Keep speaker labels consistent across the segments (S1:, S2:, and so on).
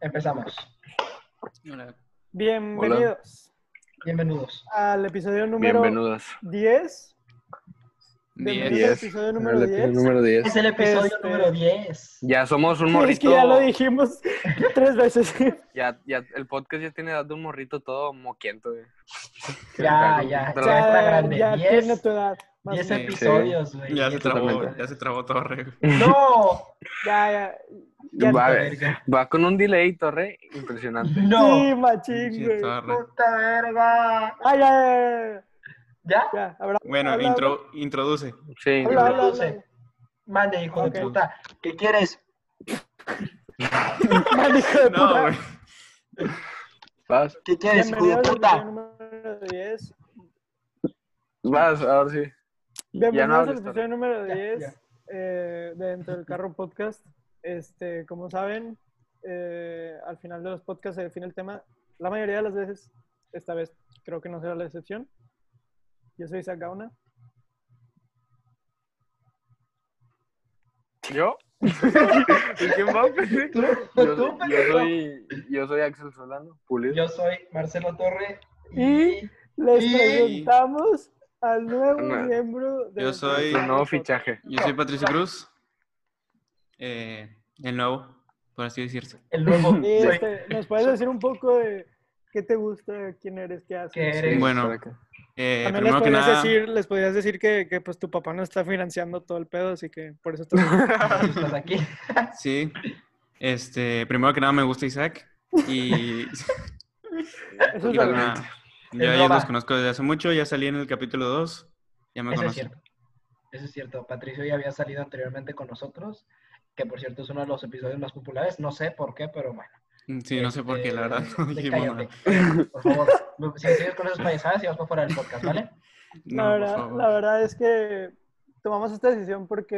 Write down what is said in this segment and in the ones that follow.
S1: Empezamos.
S2: Hola.
S3: Bienvenidos
S1: Bienvenidos.
S3: al episodio número
S4: Bienvenidos.
S3: 10.
S2: Diez.
S3: Bienvenidos al episodio número
S4: El episodio
S3: 10.
S4: número 10.
S1: Es el episodio
S3: Este-
S1: número 10.
S4: Ya somos un
S3: Sí, es que
S4: morrito.
S3: ya lo dijimos tres veces.
S4: ya, ya- el podcast ya tiene edad de un morrito todo moquiento. güey.
S1: Ya,
S4: Claro,
S1: ya,
S4: claro.
S1: ya está grande.
S3: ya
S1: 10,
S3: tiene tu edad. más
S1: Diez
S3: o menos.
S1: episodios, güey.
S2: Ya se trabó,
S4: Totalmente.
S2: ya se trabó Torre. güey.
S1: No,
S3: Ya, ya. ya
S4: Va,
S1: puta
S4: eh.
S1: verga.
S4: Va con un delay, Torre, impresionante.
S1: No,
S3: Sí, machín,
S2: Pinche
S3: güey.
S2: Torre.
S1: puta verga.
S3: Ah, ya, ya,
S1: ¿Ya?
S3: ya, ya. Habrá-
S2: Bueno,
S3: habla,
S2: intro, introduce.
S4: Sí,
S3: Habla, habla,
S1: introduce.
S3: habla.
S1: Mande, hijo
S3: Ok.
S1: de puta. ¿Qué quieres?
S3: Man, hijo de
S2: No,
S3: puta.
S2: güey.
S4: vas,
S1: ¿Qué quieres, hijo de
S3: Bienvenidos al episodio
S1: puta?
S3: número 10.
S4: vas, ahora sí.
S3: Bienvenidos al
S4: hables,
S3: episodio número
S1: Ya,
S3: 10
S1: ya.
S3: eh, de Dentro del Carro Podcast. Este, como saben, eh, al final de los podcasts se define el tema. La mayoría de las veces, esta vez creo que no será la excepción. Yo soy Isaac Gauna.
S4: ¿Yo? ¿Y quién va? pendejo?
S1: Tú, tú,
S4: Yo,
S1: tú,
S4: yo
S1: pendejo.
S4: soy, yo soy Axel Solano, pulido.
S1: Yo soy Marcelo Torre.
S3: Y- Les
S1: Y-
S3: presentamos al nuevo
S4: Una-
S3: miembro de
S2: Yo
S3: Dentro del
S2: soy-
S3: Carro
S4: El nuevo
S3: Podcast.
S4: fichaje.
S2: Yo soy Patricio Cruz. Eh, el nuevo, por así decirse.
S1: el nuevo.
S3: Y,
S1: Soy
S3: este, ¿Nos puedes decir un poco de qué te gusta, quién eres, qué haces?
S1: que eres.
S2: Bueno,
S4: Para que-
S2: eh,
S3: También les
S2: primero que
S3: podrías,
S2: nada,
S3: decir, les podrías decir que, que, pues tu papá no está financiando todo el pedo, así que por eso estás...
S1: Entonces, estás aquí.
S2: sí. Este, primero que nada me gusta Isaac y
S3: eso es
S2: y, pues,
S3: verdad.
S4: Totalmente.
S2: nada, yo a ellos
S1: broma.
S2: los conozco desde hace mucho, ya salí en el capítulo 2, ya me
S1: Eso es
S2: conocen.
S1: cierto. Eso es cierto. Patricio ya había salido anteriormente con nosotros, que por cierto es uno de los episodios más populares. No sé por qué, pero bueno.
S2: Sí, no sé por qué,
S1: Este,
S2: la verdad, no
S1: este,
S2: dijimos nada.
S1: cállate. Por favor, no, si sigues con esas payasadas, ya vas para fuera del podcast, ¿vale?
S2: No,
S3: la,
S2: por
S3: verdad,
S2: favor.
S3: la verdad es que tomamos esta decisión porque,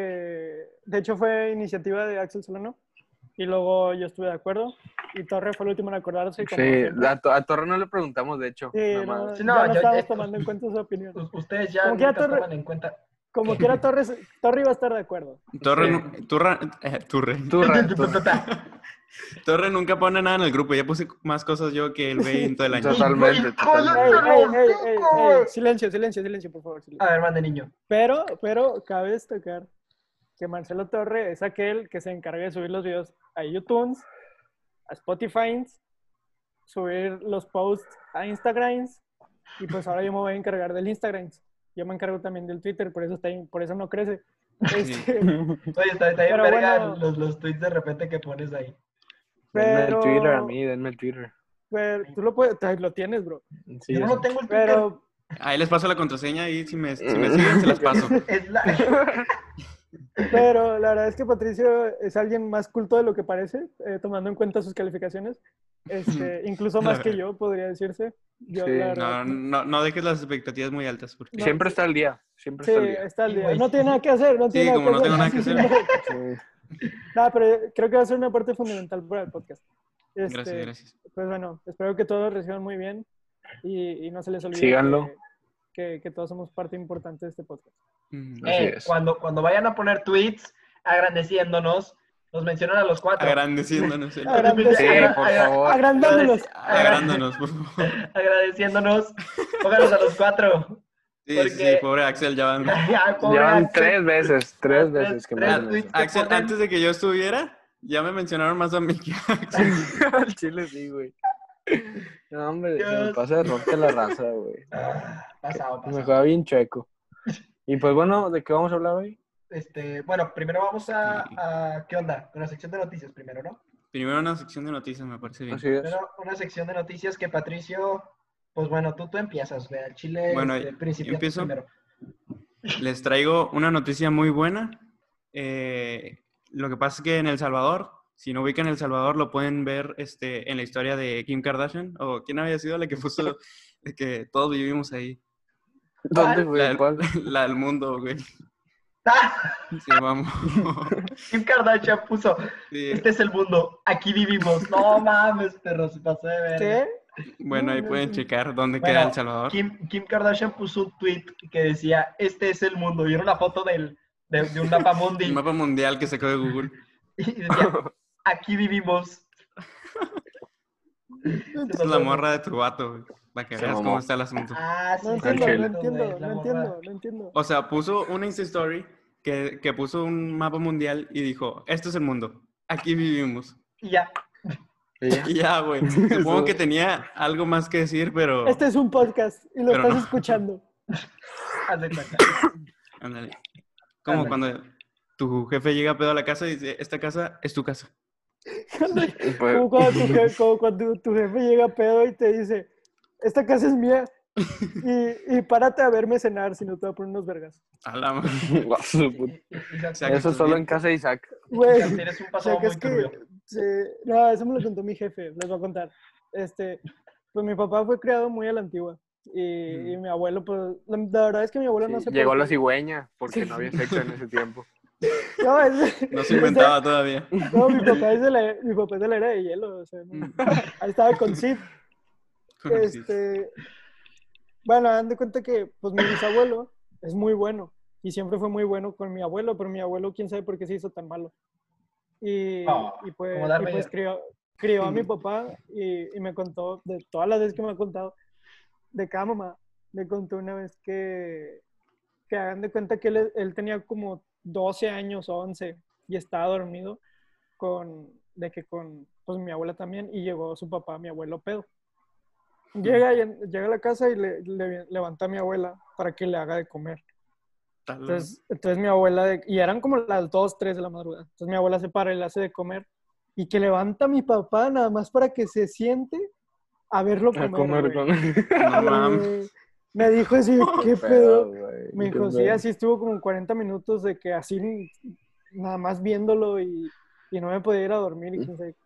S3: de hecho, fue iniciativa de Axel Solano y luego yo estuve de acuerdo y Torre fue el último en acordarse. como
S4: Sí,
S3: siempre.
S4: a, To- a Torre no le preguntamos, de hecho.
S3: Sí,
S4: nada
S3: no,
S4: más.
S1: Sí,
S3: ya
S1: no,
S3: no
S1: yo-
S3: estábamos
S1: yo-
S3: tomando en cuenta su opinión.
S1: U- Ustedes ya
S3: Como que ya
S1: nunca
S3: te re-
S1: toman en cuenta.
S3: Como quiera, Torre, Torre iba a estar de acuerdo.
S2: Torre,
S4: Sí.
S2: nu- Turra- eh, Turre.
S4: Turra, turra.
S2: Torre nunca pone nada en el grupo. Ya puse más cosas yo que el güey en todo el año.
S4: Totalmente,
S3: Ey,
S4: totalmente.
S3: ey, ey, ey, ey, silencio, silencio, silencio, por favor. silencio.
S1: A ver, mande niño.
S3: Pero, pero cabe destacar que Marcelo Torre es aquel que se encarga de subir los videos a iTunes, a Spotify, subir los posts a Instagram y pues ahora yo me voy a encargar del Instagram. Yo me encargo también del Twitter, por eso, está, ahí- por eso no crece. Este,
S1: Oye, está, está bien
S3: Pero
S1: verga
S3: bueno.
S1: los, los tweets de repente que pones ahí.
S4: Denme el
S3: Pero-
S4: Twitter a mí, denme el Twitter.
S3: pero tú lo puedes, ay, lo tienes, bro.
S4: Sí,
S1: Yo no
S4: ya
S1: lo tengo el Twitter.
S3: Pero
S2: Ahí les paso la contraseña y si me, si me siguen se las paso.
S1: Es la...
S3: Pero la verdad es que Patricio es alguien más culto de lo que parece, eh, tomando en cuenta sus calificaciones. Este, incluso más que yo, podría decirse. Yo,
S4: Sí,
S3: la verdad,
S2: No, no, no dejes las expectativas muy altas. Porque...
S3: No.
S4: Siempre está al día, siempre
S3: sí,
S4: está al día.
S3: está al
S1: Sí,
S3: día.
S1: güey,
S3: No
S1: sí,
S3: tiene nada que hacer. No
S2: Sí,
S3: tiene
S2: como no tengo nada que hacer.
S4: Sí.
S3: Nada, pero creo que va a ser una parte fundamental para el podcast. Este,
S2: Gracias, gracias.
S3: Pues bueno, espero que todos lo reciban muy bien y, y no se les olvide
S4: Síganlo.
S3: Que, que- que todos somos parte importante de este podcast.
S2: Mm.
S4: Así
S1: Eh,
S4: es.
S1: cuando, cuando vayan a poner tweets agradeciéndonos, nos mencionan a los cuatro.
S2: Agradeciéndonos. eh.
S1: ah,
S2: el-
S3: Agra-
S4: Sí, por
S1: Agra-
S4: favor.
S3: Agrandándolos.
S2: Agrandándonos, por favor.
S1: agradeciéndonos. Pónganos a los cuatro.
S2: Sí, sí, sí,
S1: Porque- Este
S2: pobre Axel, ya van.
S1: Ya, pobre
S4: Llevan
S1: Axel.
S4: tres veces,
S1: Tres-
S4: tres veces que me
S1: tres
S4: hacen eso.
S1: tweets.
S2: Axel,
S1: ponen-
S2: antes de que yo estuviera, ya me mencionaron más a mí que a Axel.
S4: Al chile sí, güey. No, hombre, se me
S1: Dios.
S4: pasa de rompe la raza, güey.
S1: Ah, pasado,
S4: Me
S1: pasado.
S4: juega bien chueco. Y pues bueno, ¿de qué vamos a hablar hoy?
S1: Este, bueno, primero vamos a,
S2: Sí.
S1: a- ¿Qué onda? Con la sección de noticias primero, ¿no?
S2: Primero una sección de noticias, me parece bien.
S4: Así es.
S1: Primero una sección de noticias que Patricio... Pues bueno, tú, tú empiezas, güey. al Chile,
S2: Bueno,
S1: este,
S2: yo
S1: principiante
S2: empiezo.
S1: primero.
S2: Les traigo una noticia muy buena. Eh, lo que pasa es que en El Salvador, si no ubican El Salvador, lo pueden ver este, en la historia de Kim Kardashian, o quién había sido la que puso de que todos vivimos ahí.
S4: ¿Dónde,
S2: La,
S4: güey? ¿Cuál?
S2: la del mundo, güey.
S1: ¡Ah!
S2: Sí, vamos.
S1: Kim Kardashian puso,
S2: Sí,
S1: este es el mundo, aquí vivimos. No mames, perro, se pasó de verga.
S3: ¿Qué?
S2: Bueno, ahí
S3: No, no,
S2: pueden
S3: no.
S2: checar dónde
S1: Bueno,
S2: queda El Salvador.
S1: Kim, Kim Kardashian puso un tweet que decía, este es el mundo. Y era una foto del, de, de un mapa mundi.
S2: El mapa mundial que sacó de Google.
S1: Y decía, aquí vivimos.
S2: Esa es la morra de tu vato, güey, Para que
S5: Se
S2: veas
S5: mamó.
S2: cómo está el asunto.
S1: Ah, sí.
S3: No
S1: sí,
S3: entiendo,
S5: Ángel.
S3: no
S1: güey,
S3: entiendo,
S1: la
S3: no
S1: morra.
S3: entiendo, no entiendo.
S2: O sea, puso una Insta Story que, que puso un mapa mundial y dijo, esto es el mundo, aquí vivimos.
S1: Y ya.
S2: Y ya, güey. Supongo que tenía algo más que decir, pero...
S3: Este es un podcast y lo
S2: Pero
S3: estás
S2: no.
S3: escuchando.
S1: Haz de cuenta.
S2: Ándale. Como cuando tu jefe llega pedo a la casa y dice, esta casa es tu casa.
S5: Pues,
S3: Como cuando, tu jefe, como cuando tu jefe llega pedo y te dice, esta casa es mía y, y párate a verme cenar si no te voy a poner unos vergas.
S2: A la madre.
S5: guau, su puta-
S1: Y- y- Isaac,
S2: sea,
S4: Eso
S2: estás
S4: solo
S2: bien.
S4: en casa de Isaac.
S3: Güey,
S1: Isaac, tienes un
S3: Pues, o
S1: pasado
S3: sea, que
S1: muy
S3: es
S1: turbio.
S3: que... se- no, eso me lo contó mi jefe, les voy a contar. Este, pues mi papá fue criado muy a la antigua y, y
S2: Mm.
S3: mi abuelo, pues, la, la verdad es que mi abuelo no
S4: Sí,
S3: se...
S4: Llegó la
S3: cigüeña.
S4: cigüeña porque
S3: Sí.
S4: no había sexo en ese tiempo.
S3: No, es-
S2: No se inventaba todavía.
S3: No, mi papá es de la, mi papá es de la era de hielo, o sea,
S2: Mm.
S3: no. ahí estaba con Sid. Este, bueno, dan de cuenta que pues mi bisabuelo es muy bueno y siempre fue muy bueno con mi abuelo, pero mi abuelo quién sabe por qué se hizo tan malo. Y,
S1: Ah,
S3: y pues,
S1: como Darth
S3: y, pues,
S1: Vader.
S3: crió, crió a mi papá y, y me contó, de todas las veces que me ha contado, de cada mamá, me contó una vez que, que hagan de cuenta que él, él tenía como 12 años o 11 y estaba dormido con, de que con, pues mi abuela también y llegó su papá, mi abuelo pedo. Llega, y en- llega a la casa y le, le- levanta a mi abuela para que le haga de comer.
S2: Tal-
S3: Entonces, entonces mi abuela, de- y eran como las 2, 3 de la madrugada. Entonces mi abuela se para y le hace de comer y que levanta a mi papá nada más para que se siente a verlo comer.
S4: A comer
S3: güey.
S4: con...
S2: No mames.
S3: Me dijo así, ¿qué pedo?
S5: Pero, güey,
S3: Me
S5: qué
S3: dijo, sí,
S5: pedo.
S3: así estuvo como 40 minutos de que así, nada más viéndolo y, y no me podía ir a dormir y, quién sabe-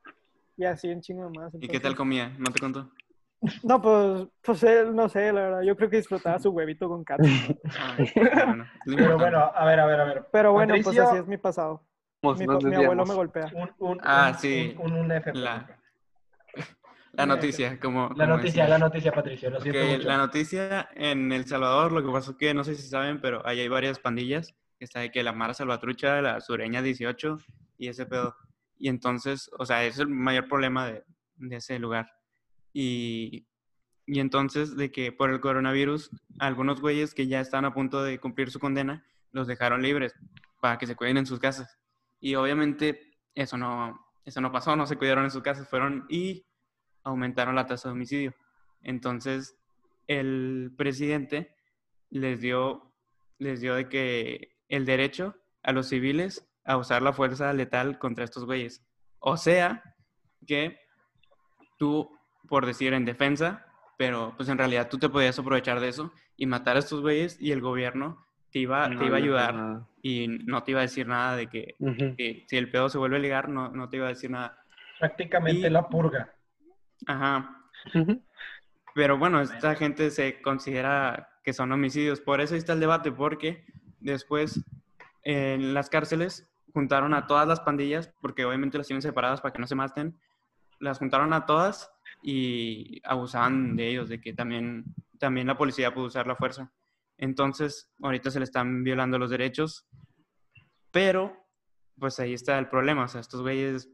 S3: y así en chingo más.
S2: ¿Y qué tal comía? ¿No te contó?
S3: No, pues, pues él, no sé, la verdad, yo creo que disfrutaba su huevito con Kat.
S2: Ah, bueno, es lo
S1: Pero
S2: importante.
S1: bueno, a ver, a ver, a ver.
S3: Pero bueno, pues
S1: Patricio,
S3: así es mi pasado.
S2: Pues,
S4: Nos
S3: Mi, pa- mi abuelo
S4: desviamos.
S3: me golpea.
S1: Un, un,
S2: Ah,
S1: un-
S2: sí.
S1: Un, un, un F.
S2: La- La noticia, como...
S1: eh, La
S2: como
S1: noticia,
S2: decías.
S1: la noticia, Patricio. Lo
S2: Ok,
S1: siento mucho.
S2: la noticia en El Salvador, lo que pasó es que no sé si saben, pero ahí hay varias pandillas. Está de que la Mara Salvatrucha, la Sureña 18 y ese pedo. Y entonces, o sea, es el mayor problema de, de ese lugar. Y, y entonces, de que por el coronavirus, algunos güeyes que ya están a punto de cumplir su condena, los dejaron libres para que se cuiden en sus casas. Y obviamente eso no, eso no pasó, no se cuidaron en sus casas, fueron y aumentaron la tasa de homicidio. Entonces, el presidente les dio, les dio de que el derecho a los civiles a usar la fuerza letal contra estos güeyes. O sea, que tú, por decir en defensa, pero pues en realidad tú te podías aprovechar de eso y matar a estos güeyes y el gobierno te iba,
S4: No,
S2: Ah, te iba a
S4: no,
S2: ayudar
S4: no.
S2: y no te iba a decir nada de que,
S4: Ujú.
S2: que si el pedo se vuelve a ligar, no, no te iba a decir nada.
S1: Prácticamente
S2: Y-
S1: la purga.
S2: Ajá.
S4: Ujú.
S2: Pero bueno, esta gente se considera que son homicidios. Por eso ahí está el debate, porque después en las cárceles juntaron a todas las pandillas, porque obviamente las tienen separadas para que no se maten. Las juntaron a todas y abusaban de ellos, de que también, también la policía pudo usar la fuerza. Entonces, ahorita se le están violando los derechos, pero pues ahí está el problema. O sea, estos güeyes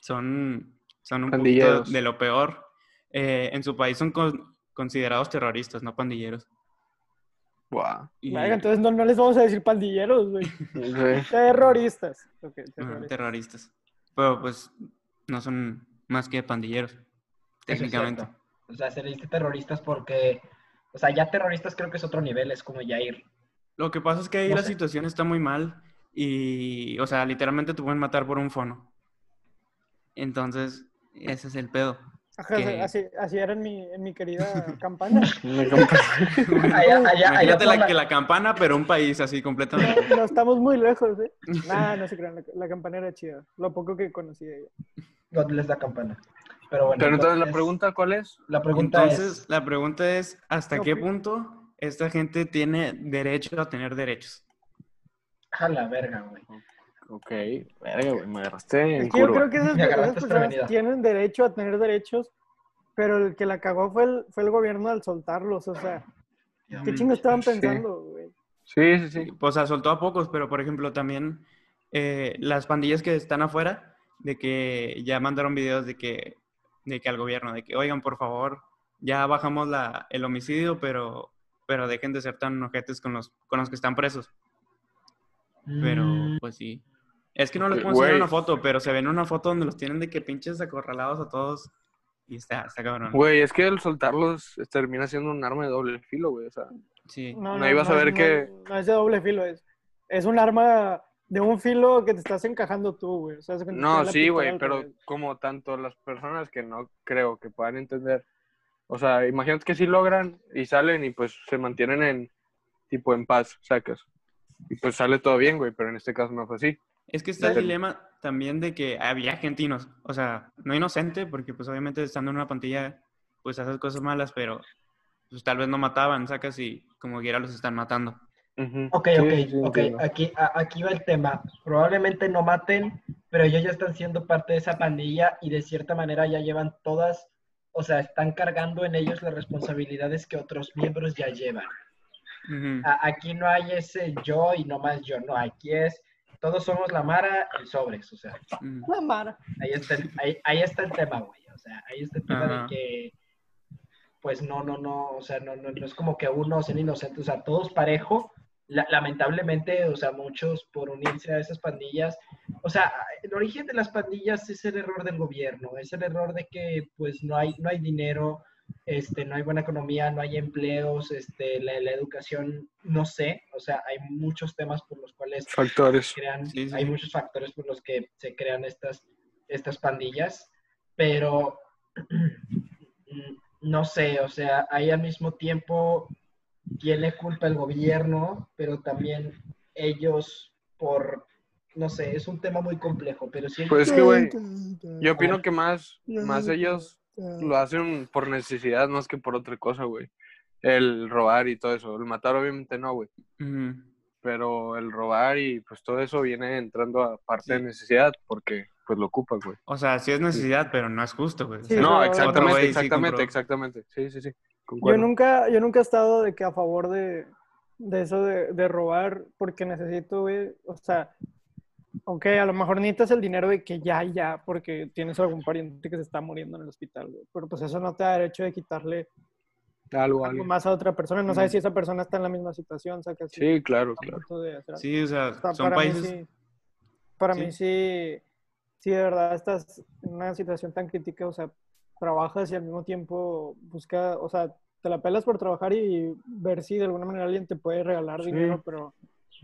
S2: son, son un poquito
S4: Pandilleros.
S2: de lo peor. Eh, en su país son con- considerados terroristas, no pandilleros.
S4: Guau.
S2: Y-
S3: Verga, entonces no, no les vamos a decir pandilleros, güey.
S4: Sí.
S3: Terroristas. Ok,
S2: Ajá,
S3: terroristas.
S2: terroristas. Pero pues no son más que pandilleros, técnicamente.
S1: cierto. O sea, se le dice terroristas porque. O sea, ya terroristas creo que es otro nivel, es como ya ir.
S2: Lo que pasa es que ahí
S1: No
S2: la
S1: sé.
S2: situación está muy mal y, o sea, literalmente te pueden matar por un fono. Entonces, ese es el pedo.
S3: Ajá,
S2: que-
S3: así, así era en mi, en mi querida campana.
S4: Me compré-
S1: Allá, allá, allá
S2: Imagínate
S1: por
S2: la,
S1: la-
S2: que la campana, pero un país así completamente.
S3: No, no estamos muy lejos, ¿eh? Nah, no se crean, la, la campana era chida. Lo poco que conocí de ella.
S1: ¿Dónde les da campana? Pero bueno.
S4: Pero entonces la
S1: es-
S4: pregunta, ¿cuál es?
S1: La pregunta
S2: Entonces,
S1: es.
S2: la pregunta es, ¿hasta
S3: No,
S2: qué
S3: pues-
S2: punto esta gente tiene derecho a tener derechos?
S1: Jala, verga, güey.
S5: Ok, verga, güey, me agarraste en
S3: Es que yo
S5: curva.
S3: creo que esas,
S1: Me agarraste
S3: esas personas
S1: desprevenido.
S3: tienen derecho a tener derechos, pero el que la cagó fue el, fue el gobierno al soltarlos. O sea, ¿qué
S2: Mm,
S3: chingo estaban
S4: sí.
S3: pensando, güey?
S4: Sí, sí, sí.
S2: O sea, soltó a pocos, pero por ejemplo, también eh, las pandillas que están afuera, de que ya mandaron videos de que de que al gobierno, de que, oigan, por favor, ya bajamos la, el homicidio, pero, pero dejen de ser tan ojetes con los, con los que están presos. Pero,
S1: Mm,
S2: pues sí. Es que no les
S5: Eh,
S2: puedo enseñar
S5: güey.
S2: una foto, pero se ven una foto donde los tienen de que pinches acorralados a todos. Y está, está cabrón.
S4: Güey, es que el soltarlos eh, termina siendo un arma de doble filo, güey. O sea,
S2: Sí.
S4: No ibas a
S3: es-
S4: ver que-
S3: No es de doble filo, es, es un arma de un filo que te estás encajando tú, güey. O sea, es que te
S4: no,
S3: da la
S4: sí,
S3: pistola
S4: güey,
S3: al
S4: pero
S3: revés.
S4: como tanto las personas que no creo que puedan entender. O sea, imagínate que sí logran y salen y pues se mantienen en, tipo, en paz, sacas. Y pues sale todo bien, güey, pero en este caso no fue así.
S2: Es que está el
S4: Pero-
S2: dilema también de que había argentinos, o sea, no inocente, porque pues obviamente estando en una pantilla, pues haces cosas malas, pero pues tal vez no mataban, sacas y como quiera los están matando.
S4: Ujú.
S1: Ok,
S5: Sí,
S1: ok,
S5: sí, sí,
S1: ok.
S5: entiendo.
S1: Aquí, a- aquí va el tema. Probablemente no maten, pero ellos ya están siendo parte de esa pandilla y de cierta manera ya llevan todas, o sea, están cargando en ellos las responsabilidades que otros miembros ya llevan.
S2: Ujú.
S1: A- aquí no hay ese yo y no más yo, no, aquí es todos somos la Mara y sobres, o sea,
S2: Ujú.
S3: La mara.
S1: ahí está el, ahí, ahí está el tema, güey, o sea, ahí está el tema
S2: Ajá.
S1: de que, pues no, no, no, o sea, no, no, no es como que uno sea inocente, o sea, todos parejo, La- lamentablemente, o sea, muchos por unirse a esas pandillas, o sea, el origen de las pandillas es el error del gobierno, es el error de que, pues, no hay, no hay dinero, este, no hay buena economía, no hay empleos, este, la, la educación, no sé, o sea, hay muchos temas por los cuales
S4: Factores.
S1: crean-
S2: Sí, sí.
S1: hay muchos factores por los que se crean estas, estas pandillas, pero mm, no sé, o sea, ahí al mismo tiempo tiene culpa el gobierno, pero también ellos por, no sé, es un tema muy complejo, pero sí.
S4: Pues es que, güey, yo opino que más, más ellos lo hacen por necesidad más que por otra cosa, güey. El robar y todo eso. El matar obviamente no, güey.
S2: Ujú.
S4: Pero el robar y pues todo eso viene entrando a parte
S2: Sí.
S4: de necesidad porque pues lo ocupa, güey.
S2: O sea, sí es necesidad, pero no es justo, güey. O
S3: Sí,
S2: sea,
S4: No,
S3: pero-
S2: otro
S4: exactamente,
S2: güey sí
S4: exactamente,
S2: compró.
S4: exactamente. Sí, sí, sí.
S3: Yo
S4: Concuerdo.
S3: nunca, yo nunca he estado de que a favor de, de eso de, de robar porque necesito, güey, o sea, aunque a lo mejor necesitas el dinero de que ya, ya, porque tienes algún pariente que se está muriendo en el hospital, güey, pero pues eso no te da derecho de quitarle
S4: Algo,
S3: algo
S4: algo.
S3: más a otra persona, no sabes
S2: Ujú.
S3: si esa persona está en la misma situación, o sea, que sí,
S4: Sí, claro,
S3: está a
S4: claro.
S3: punto de hacer algo.
S2: Sí, o sea,
S3: O sea,
S2: son
S3: para
S2: países...
S3: mí sí, para mí
S2: Sí.
S3: sí, sí, de verdad estás en una situación tan crítica, o sea, trabajas y al mismo tiempo busca, o sea, te la pelas por trabajar y ver si de alguna manera alguien te puede regalar
S4: Sí.
S3: dinero, pero,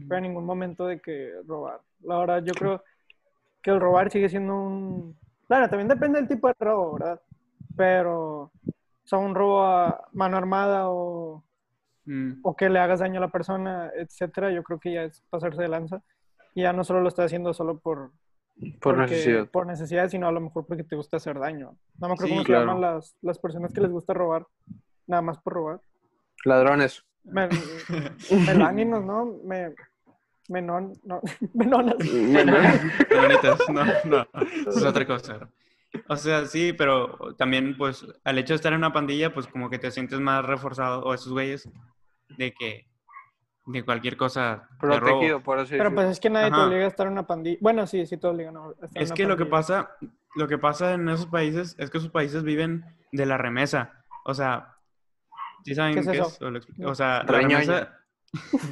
S3: pero en ningún momento de que robar. La verdad, yo creo que el robar sigue siendo un... Claro, también depende del tipo de robo, ¿verdad? Pero, o sea, un robo a mano armada o
S2: Mm.
S3: o que le hagas daño a la persona, etcétera, yo creo que ya es pasarse de lanza. Y ya no solo lo estás haciendo solo por,
S4: Por
S3: porque-
S4: necesidad.
S3: por necesidad, sino a lo mejor porque te gusta hacer daño. No me acuerdo
S4: Sí,
S3: cómo
S4: claro.
S3: se llaman las, las personas que les gusta robar, nada más por robar.
S4: Ladrones.
S3: Me- meláninos, ¿no? Me, menon, no, menonas.
S2: Menonitas, no, no, eso es otra cosa. O sea, sí, pero también, pues, al hecho de estar en una pandilla, pues, como que te sientes más reforzado, o esos güeyes, de que, de cualquier cosa de robo.
S4: Protegido, por así
S3: Pero
S4: decirlo.
S3: pues es que nadie te
S2: Ajá.
S3: obliga a estar en una pandilla. Bueno, sí, sí te obligan a estar en
S2: Es
S3: una
S2: que lo que
S3: pandilla.
S2: pasa, lo que pasa en esos países, es que esos países viven de la remesa. O sea, ¿sí saben
S3: ¿Qué
S2: qué
S3: es
S2: es?
S3: eso?
S2: O, lo expli- o sea, la
S4: Reñoña.
S2: remesa...
S3: pues,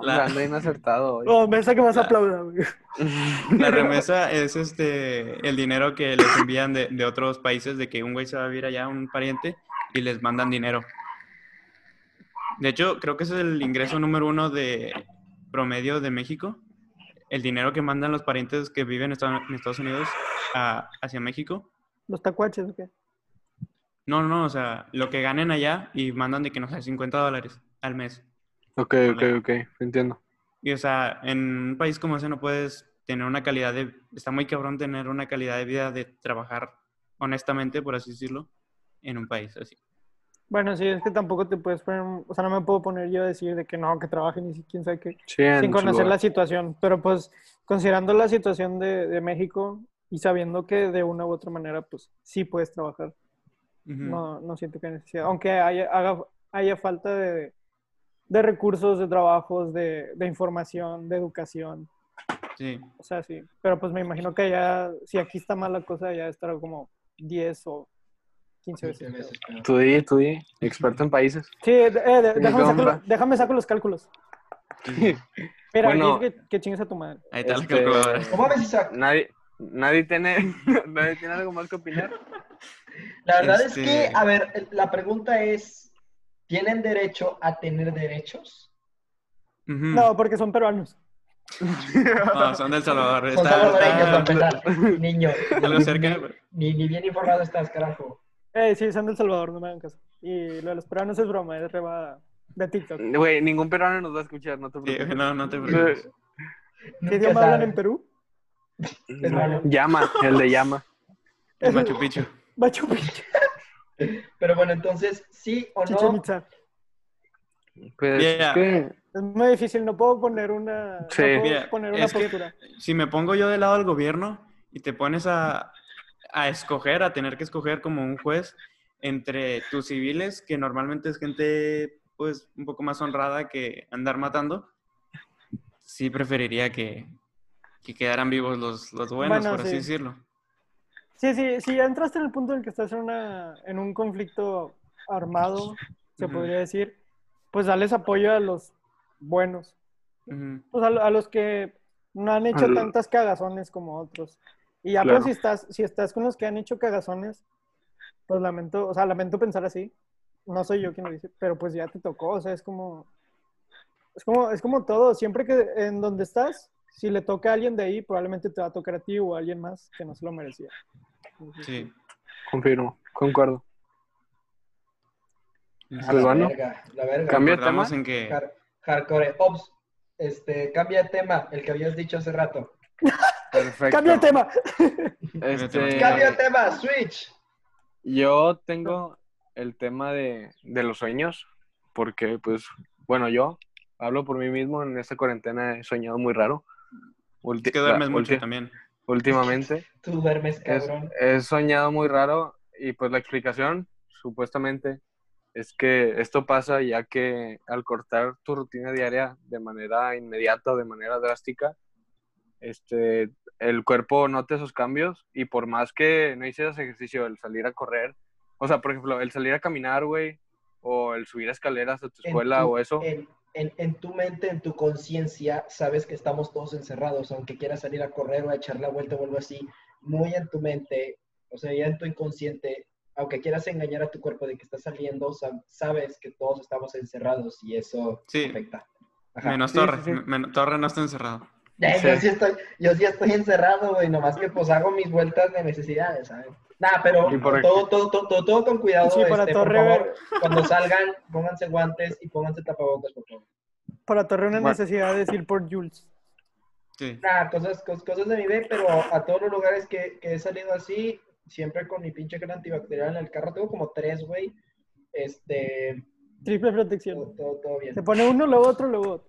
S4: La anda inacertado hoy.
S3: Oh, me que vas a
S2: La-
S3: aplaudir, güey.
S2: La remesa es este el dinero que les envían de, de otros países de que un güey se va a vivir allá, un pariente, y les mandan dinero. De hecho, creo que ese es el ingreso número uno de promedio de México. El dinero que mandan los parientes que viven en Estados en Estados Unidos a- hacia México.
S3: Los tacuaches, ¿o qué?
S2: No, no, o sea, lo que ganen allá y mandan de que no sé, 50 dólares al mes.
S4: Ok, ok, ok. Entiendo.
S2: Y o sea, en un país como ese no puedes tener una calidad de... Está muy cabrón tener una calidad de vida de trabajar honestamente, por así decirlo, en un país así.
S3: Bueno, sí, es que tampoco te puedes poner, o sea, no me puedo poner yo a decir de que no, que trabajen y quién sabe qué,
S4: Sí, en
S3: sin
S4: su
S3: conocer la
S4: lugar.
S3: situación, pero pues considerando la situación de, de México y sabiendo que de una u otra manera, pues sí puedes trabajar,
S2: Ujú.
S4: Mm.
S3: no, no siento que haya necesidad, aunque haya, haga, haya falta de, de recursos, de trabajos, de, de información, de educación,
S2: Sí.
S3: o sea, sí, pero pues me imagino que allá, si aquí está mal la cosa, ya estará como 10 o
S1: 15
S3: 15 veces.
S1: veces, pero-
S4: Tú di, tú di. Experto en países.
S3: Sí, de- eh, de-
S4: Mi
S3: déjame, saco,
S4: compa.
S3: los- déjame saco los cálculos. Mira,
S4: Bueno.
S3: que, que chingues a tu madre.
S2: Ahí está
S4: Este,
S2: la calculadora.
S1: No mames, Isaac.
S4: Nadie, nadie tiene, nadie tiene algo más que opinar.
S1: La verdad
S2: Este-
S1: es que, a ver, el- la pregunta es, ¿tienen derecho a tener derechos?
S2: Ujú.
S4: Mm.
S3: No, porque son peruanos.
S2: No, son del Salvador.
S1: Son
S2: Está-
S1: salvadoreños, para
S2: está-
S1: empezar. Niño,
S2: algo cerca. pero-
S1: ni, ni bien informado estás, carajo.
S3: Eh, sí, son del Salvador, no me hagan caso. Y lo de los peruanos es broma, es reba de TikTok. ¿Qué
S4: Güey, ningún peruano nos va a escuchar, no te
S2: Sí,
S4: preocupes.
S2: no, no te preocupes.
S1: Nunca
S3: idioma
S1: sabe.
S3: hablan en Perú?
S1: peruano.
S4: Llama, el de llama.
S2: El Machu Picchu.
S3: Machu Picchu,
S1: Pero bueno, entonces, ¿sí o
S3: Chichen
S1: no?
S3: Itza.
S4: Pues
S2: Yeah.
S4: es que
S3: Es muy difícil, no puedo poner una, no
S4: Sí.
S3: puedo
S2: Mira,
S3: poner una
S2: es que-
S3: postura.
S2: Si me pongo yo del lado del gobierno y te pones a, a escoger, a tener que escoger como un juez entre tus civiles, que normalmente es gente pues un poco más honrada que andar matando, sí preferiría que, que quedaran vivos los, los buenos,
S3: Bueno,
S2: por así
S3: sí.
S2: decirlo.
S3: Sí, sí, sí, ya entraste en el punto en el que estás en, una, en un conflicto armado, se
S2: Ujú.
S3: podría decir, pues dales apoyo a los buenos,
S2: Ujú.
S3: pues a, lo- a los que no han hecho
S4: Al-
S3: tantas cagazones como otros. Y ya
S4: Claro.
S3: pues si estás, si estás con los que han hecho cagazones, pues lamento, o sea, lamento pensar así. No soy yo quien lo dice, pero pues ya te tocó, o sea, es como, es como, es como todo, siempre que en donde estás, si le toca a alguien de ahí, probablemente te va a tocar a ti o a alguien más que no se lo merecía. Entonces,
S2: Sí.
S4: confirmo, concuerdo.
S1: A
S4: Pues
S1: la
S4: bueno.
S1: verga, la verga.
S4: Cambia de
S2: Concordamos
S4: tema.
S2: en que...
S1: Har- hardcore. Ops, este, cambia de tema, el que habías dicho hace rato.
S4: Perfecto.
S3: Cambio de tema.
S2: Eh,
S1: Cambia
S4: Este,
S1: de tema, Switch.
S4: yo tengo el tema de, de los sueños, porque pues, bueno, yo hablo por mí mismo, en esta cuarentena he soñado muy raro. Ulti-
S2: Es que duermes
S4: la-
S2: mucho
S4: ulti-
S2: también.
S4: Últimamente.
S1: Tú duermes,
S4: Es-
S1: cabrón.
S4: he soñado muy raro y pues la explicación, supuestamente, es que esto pasa ya que al cortar tu rutina diaria de manera inmediata, de manera drástica, este, el cuerpo nota esos cambios y por más que no hicieras ejercicio, el salir a correr, o sea, por ejemplo, el salir a caminar, güey, o el subir escaleras a tu
S1: En
S4: escuela
S1: tu- eh,
S4: o eso,
S1: En, en- en tu mente, en tu conciencia, sabes que estamos todos encerrados, aunque quieras salir a correr o a echar la vuelta o algo así, muy en tu mente, o sea, ya en tu inconsciente, aunque quieras engañar a tu cuerpo de que estás saliendo, sab- sabes que todos estamos encerrados y eso
S2: Sí,
S1: afecta. Ajá.
S2: menos
S4: Sí,
S2: Torre.
S4: sí, sí.
S2: Men- Torre no está encerrado.
S1: Eh,
S4: Sí.
S1: Yo, sí estoy, yo sí estoy encerrado, güey, nomás que pues hago mis vueltas de necesidades, ¿sabes? Nah, pero
S4: Y por-
S1: todo, todo, todo, todo, todo con cuidado,
S3: Sí, para
S1: este, por
S3: Torre,
S1: favor, cuando salgan, pónganse guantes y pónganse tapabocas, por favor.
S3: Para torre una
S4: Bueno.
S3: necesidad de decir por Jules.
S2: Sí.
S1: Nah, cosas, cos- cosas de mi B, pero a todos los lugares que, que he salido así, siempre con mi pinche gel antibacterial en el carro, tengo como tres, güey. Este,
S3: Triple protección.
S1: todo, todo, todo bien.
S3: Se pone uno, luego otro, luego otro.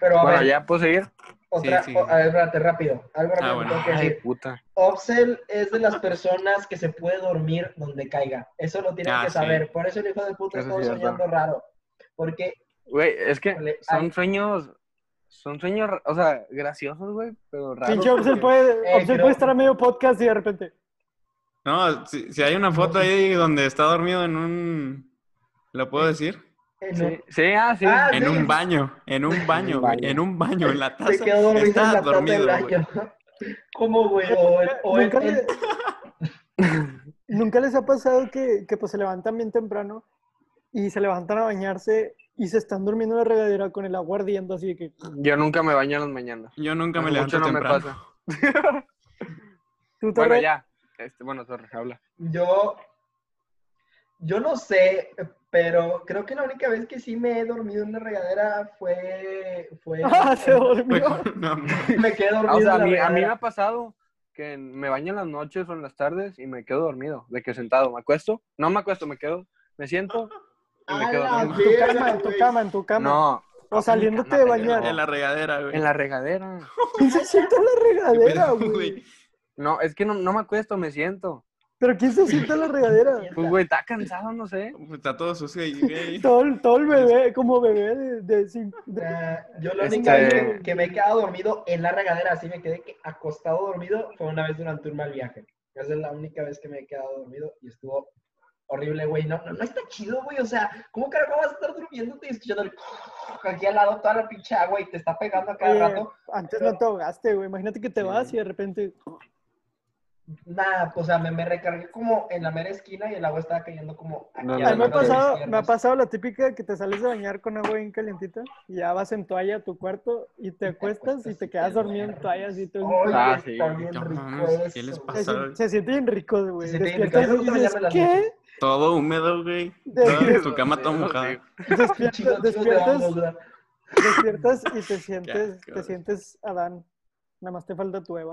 S1: Pero a
S4: bueno,
S1: ver,
S4: ya puedo seguir.
S1: otra,
S2: sí.
S1: o- a ver, espérate, rápido, algo rápido
S2: Ah,
S1: que
S2: bueno.
S1: tengo que
S4: Ay,
S1: decir.
S4: puta.
S1: Opsel es de las personas que se puede dormir donde caiga. Eso lo tienen
S2: Ah,
S1: que
S2: sí.
S1: saber. Por eso el hijo de puta
S4: Eso
S1: está
S4: sí es
S1: soñando raro. Porque
S4: Güey, es que
S1: Híjole, ay.
S4: son sueños, son sueños, o sea, graciosos, güey, pero raros.
S3: Pinche Obsel
S4: porque-
S3: puede,
S1: Eh,
S3: Obsel
S1: creo-
S3: puede estar a medio podcast y de repente.
S2: No, si, si hay una foto ahí donde está dormido en un... ¿Lo puedo decir?
S1: en un-
S4: Sí, sí, ah, sí.
S1: Ah,
S2: En
S1: sí.
S2: un baño, en un baño, güey,
S4: baño.
S2: en un baño, en la taza.
S1: se quedó dormido en
S2: Está
S1: la taza
S2: dormido,
S1: del
S2: güey.
S1: baño. ¿Cómo, güey? O, el- o el-
S3: ¿Nunca,
S1: el-
S3: le- ¿Nunca les ha pasado que, que, pues, se levantan bien temprano y se levantan a bañarse y se están durmiendo en la regadera con el agua ardiendo así de que...
S4: Yo nunca me baño en las mañanas.
S2: Yo nunca me levanto
S4: Mucho no me
S2: temprano.
S4: pasa.
S3: ¿Tú, Torre?
S4: Bueno, ya. Este, bueno, Torres, habla.
S1: Yo, yo no sé, pero creo que la única vez que sí me he dormido en una regadera fue, fue
S3: Ah, se
S4: Pues,
S2: Fue
S3: durmió.
S2: con- no, no.
S1: me quedé dormido.
S4: Ah, o sea, a
S1: en la
S4: mí, a mí me
S1: regadera.
S4: ha pasado que me baño en las noches o en las tardes y me quedo dormido, de que sentado, me acuesto, no me acuesto, me quedo, me siento y me
S1: A
S4: quedo
S1: la
S3: En
S4: dormido.
S3: tu cama,
S1: verga,
S3: en tu
S1: güey.
S3: cama, en tu cama.
S4: pues, No,
S3: o saliéndote de
S4: en mi cama,
S3: bañar.
S4: no.
S2: En la regadera, güey.
S4: en la regadera.
S3: ¿Quién se sienta en la regadera,
S2: Pero,
S3: güey?
S2: güey,
S4: No, es que no, no me acuesto, me siento.
S3: ¿Pero quién se sienta en la regadera?
S4: Pues, güey, está cansado, no sé.
S2: pues, Está todo sucio y, güey.
S3: Todo el, todo el bebé, como bebé de, de cinco- de-
S1: Ah, yo la única
S4: Este-
S1: vez que- que me he quedado dormido en la regadera, así me quedé que acostado dormido, fue una vez durante un mal viaje. Esa es la única vez que me he quedado dormido y estuvo horrible, güey. No, no, no está chido, güey. O sea, ¿cómo carajo vas a estar durmiéndote y escuchando el aquí al lado toda la pinche agua y te está pegando a cada
S3: Oye,
S1: rato?
S3: eh, Antes no te ahogaste, güey. Imagínate que te
S2: Sí.
S3: vas y de repente.
S1: Nada, pues, o sea, me, me recargué como en la mera esquina y el agua estaba cayendo como aquí
S4: No,
S1: al
S4: no,
S3: A mí me ha
S1: lado de mis
S3: pasado, me ha
S1: piernas.
S3: pasado la típica que te sales de bañar con agua bien calientita y ya vas en toalla a tu cuarto y te
S1: Pues
S3: acuestas y te quedas dormido en toalla. Así todo.
S1: Oye,
S4: Ah,
S1: está
S4: sí,
S1: bien
S2: no
S1: rico
S2: mames, ¿qué les
S1: eso,
S2: pasa?
S3: se,
S2: pasado.
S3: sien- se siente bien rico, güey.
S1: Se siente bien
S3: Despiertas
S1: rico.
S3: y
S1: Yo me
S3: dices,
S1: llamo a las
S3: ¿qué?
S2: Todo húmedo, güey.
S3: De-
S2: Toda tu cama toda
S4: Sí,
S2: mojada.
S1: güey.
S3: Despiertas,
S1: Chicos, chicos, te
S3: despiertas,
S1: vamos, ¿verdad?
S3: despiertas y te sientes,
S2: asco,
S3: te
S2: güey.
S3: sientes Adán. Nada más te falta tu Eva.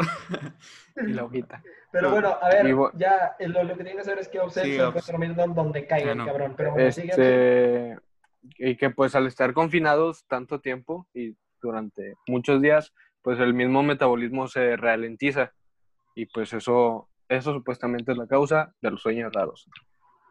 S4: Y la hojita.
S1: Pero bueno, a ver,
S4: Y vo-
S1: ya eh, lo, lo que tienen que hacer es que Obsel
S2: Sí,
S1: se puede
S2: Obs.
S1: dormir don- donde
S2: Ah,
S1: caiga el
S2: no.
S1: cabrón. Pero bueno, sigue.
S4: Este, y que pues al estar confinados tanto tiempo y durante muchos días, pues el mismo metabolismo se ralentiza. Y pues eso, eso supuestamente es la causa de los sueños raros.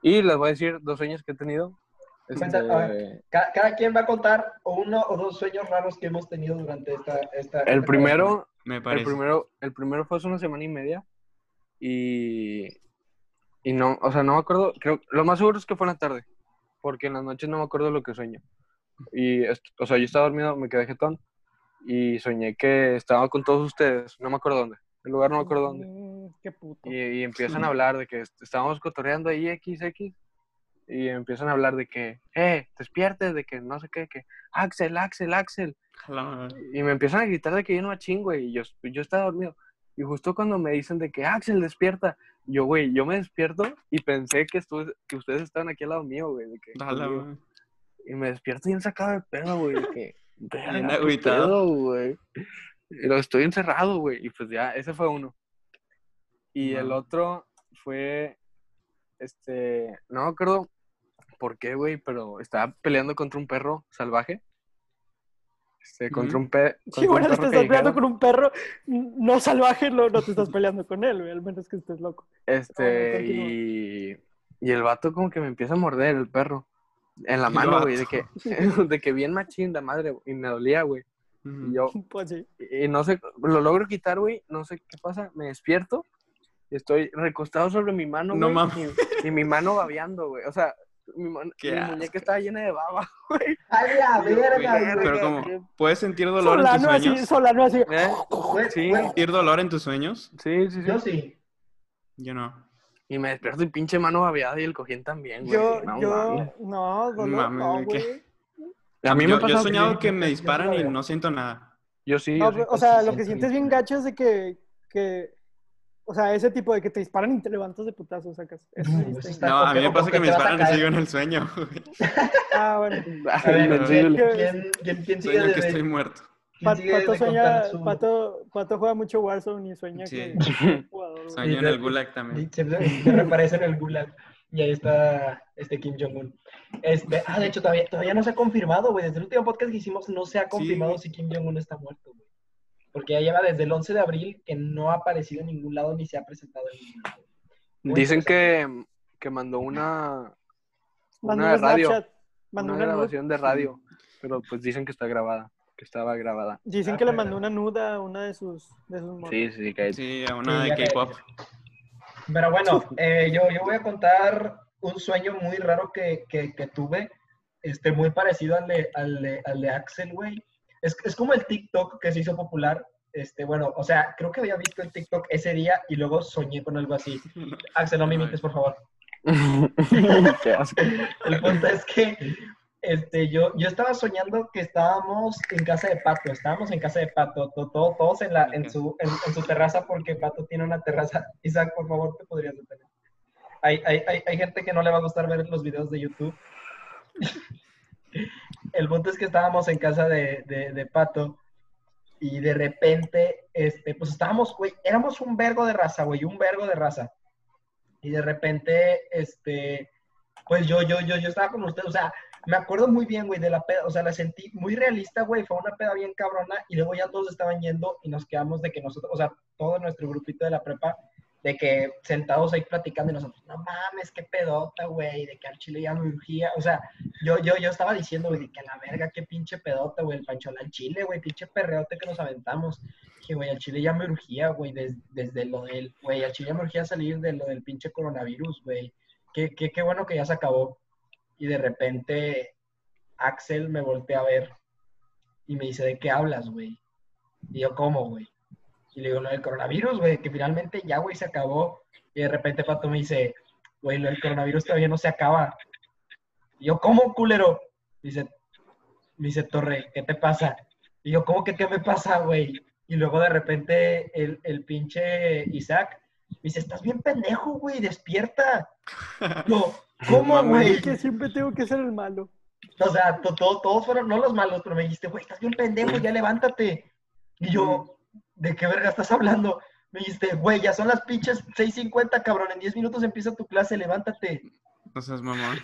S4: Y les voy a decir dos sueños que he tenido.
S1: Cuenta,
S4: Este,
S1: a ver. Ca- Cada, quien va a contar o uno o dos sueños raros que hemos tenido durante esta... esta
S4: el
S1: esta
S4: primero,
S2: Me parece.
S4: el primero, el primero fue hace una semana y media. Y, y no, o sea, no me acuerdo. Creo, lo más seguro es que fue en la tarde. Porque en las noches no me acuerdo lo que sueño. Y, est- o sea, yo estaba dormido, me quedé jetón. Y soñé que estaba con todos ustedes. No me acuerdo dónde. El lugar no me acuerdo dónde.
S3: Mm, Qué puto.
S4: Y, y empiezan a hablar de que est- estábamos cotorreando ahí XX. Y empiezan a hablar de que, eh, despiertes, de que no sé qué, que Axel, Axel, Axel.
S2: Jala, madre.
S4: Y me empiezan a gritar de que yo no machín, güey. Y yo, yo estaba dormido. Y justo cuando me dicen de que "Ah, Axel despierta, yo, güey, yo me despierto y pensé que, estu- que ustedes estaban aquí al lado mío, güey. de que-
S2: Jala,
S4: conmigo.
S2: madre.
S4: y me despierto bien sacado de pedo, güey. De que, verga,
S2: Bien
S4: qué
S2: agüitado.
S4: pedo, güey. Y Lo estoy encerrado, güey. Y pues ya, ese fue uno. Y el
S2: Wow.
S4: otro fue, este, no me acuerdo por qué, güey, pero estaba peleando contra un perro salvaje. Este, contra
S2: Ujú.
S4: un, pe
S3: Sí,
S4: contra un
S3: bueno, te
S4: perro
S3: estás peleando
S4: callejero.
S3: con un perro no salvaje, no, no te estás peleando con él, güey, al menos que estés loco.
S4: Este,
S3: Bueno, continúa.
S4: y, y el vato como que me empieza a morder el perro. En la
S2: El
S4: mano, güey, de que,
S2: vato.
S4: de que bien machín la madre, güey, y me dolía, güey. Y yo,
S3: Pues sí.
S4: y no sé, lo logro quitar, güey, no sé qué pasa, me despierto, y estoy recostado sobre mi mano,
S2: No
S4: güey,
S2: mames.
S4: y, y mi mano babeando, güey, o sea, mi, man-
S2: Qué
S4: mi
S2: asco.
S4: muñeca estaba llena de baba, güey.
S1: ¡Ay, la
S4: Y yo,
S1: verga,
S2: Pero
S1: güey!
S2: como, ¿puedes sentir dolor en tus
S3: Solano así,
S2: sueños?
S3: Solano así.
S4: ¿Eh?
S1: Güey,
S4: Sí.
S1: güey,
S2: ¿Sentir dolor en tus sueños?
S4: Sí, sí, sí.
S1: Yo sí.
S2: Yo no.
S4: Y me despierto y pinche mano babeada y el cojín también, güey.
S3: Yo,
S4: no mames.
S3: yo, no, dolor,
S2: Mames,
S3: no,
S2: güey,
S3: güey.
S2: ¿qué?
S4: A mí me
S2: yo,
S4: ha
S2: yo he
S4: pasado
S2: soñado
S4: sí.
S2: que me
S1: yo- yo
S2: disparan
S1: sí lo
S2: y
S1: veo.
S2: no siento nada.
S4: Yo sí,
S3: No,
S4: yo
S3: pero,
S4: sí.
S3: o sea,
S1: sí,
S3: lo
S1: sí,
S3: que
S1: sí,
S3: sientes
S1: sí.
S3: bien gacho es de que, que, o sea, ese tipo de que te disparan y te levantas de putazo, sacas. Eso sí
S1: No, eso
S3: está bien
S1: está-
S2: No, a mí
S1: porque-
S2: me pasa
S1: porque
S2: que me
S1: te vas a
S2: disparan y
S1: caer.
S2: sigo en el sueño. güey.
S3: gacho. Ah, bueno.
S1: A ver, ¿quién,
S4: Invencible.
S3: Yo-
S1: quién, quién, quién sigue
S2: Sueño
S1: de,
S2: que estoy
S1: de-
S2: muerto.
S1: quién
S3: Pat-
S1: sigue
S3: Pato,
S1: de
S3: sueña,
S1: contar su-
S3: Pato, Pato juega mucho Warzone y sueña
S2: Sí.
S3: que es jugador. güey.
S2: Sueño en el gulag
S1: Y
S2: también.
S1: Se, se reaparece en el Gulag. Y ahí está este Kim Jong-un. Este, ah, de hecho, todavía, todavía no se ha confirmado, güey. Desde el último podcast que hicimos, no se ha confirmado si Kim Jong-un está muerto, güey. Porque ya lleva desde el 11 de abril que no ha aparecido en ningún lado ni se ha presentado en ningún lado. Muy
S4: Dicen que, que mandó una,
S3: Mandó
S4: una
S3: un
S4: radio,
S3: Snapchat, mandó
S4: una
S3: una nude.
S4: grabación de radio, pero pues dicen que está grabada, que estaba grabada.
S3: Dicen que le mandó una nuda a una de sus, de sus morras.
S4: Ah, Sí, sí, que
S2: Sí, a una
S1: Sí,
S2: de
S1: ya que-
S2: K-pop.
S1: Pero bueno, eh, yo, yo voy a contar un sueño muy raro que, que- que tuve, este, muy parecido al de, al de- al de Axel, güey. Es, es como el TikTok que se hizo popular. Este, bueno, o sea, creo que había visto el TikTok ese día y luego soñé con algo así. Axel, no me imites, por favor.
S4: Qué asco.
S1: El punto es que este, yo, yo estaba soñando que estábamos en casa de Pato, estábamos en casa de Pato, to- to- todos en, la, en, su, en, en su terraza, porque Pato tiene una terraza. Isaac, por favor, te podrías detener. Hay, hay, hay, hay gente que no le va a gustar ver los videos de YouTube. El punto es que estábamos en casa de, de, de Pato y de repente, este, pues estábamos, güey, éramos un vergo de raza, güey, un vergo de raza. Y de repente, este, pues yo, yo, yo, yo estaba con usted, o sea, me acuerdo muy bien, güey, de la peda, o sea, la sentí muy realista, güey, fue una peda bien cabrona, y luego ya todos estaban yendo y nos quedamos de que nosotros, o sea, todo nuestro grupito de la prepa, de que sentados ahí platicando y nosotros, no mames, qué pedota, güey, de que al chile ya me urgía, o sea, yo, yo, yo estaba diciendo, güey, de que a la verga, qué pinche pedota, güey, el panchola al chile, güey, pinche perreote que nos aventamos. dije, güey, al Chile ya me urgía, güey, des- desde lo del, güey, al Chile ya me urgía salir de lo del pinche coronavirus, güey. Qué, qué, qué bueno que ya se acabó. Y de repente Axel me voltea a ver y me dice, ¿de qué hablas, güey? Y yo, ¿cómo, güey? Y le digo, lo del coronavirus, güey, que finalmente ya, güey, se acabó. Y de repente Pato me dice, güey, lo del coronavirus todavía no se acaba. Y yo, ¿cómo, culero? Dice, me dice, Torre, ¿qué te pasa? Y yo, ¿cómo que qué me pasa, güey? Y luego de repente el, el pinche Isaac me dice, estás bien pendejo, güey, despierta. Yo, ¿cómo, güey?
S3: que siempre tengo que ser el malo.
S1: O sea, to- to- todos fueron, no los malos, pero me dijiste, güey, estás bien pendejo, ya levántate. Y yo, ¿de qué verga estás hablando? Me dijiste, güey, ya son las pinches 6.50, cabrón, en 10 minutos empieza tu clase, levántate.
S2: No seas mamón.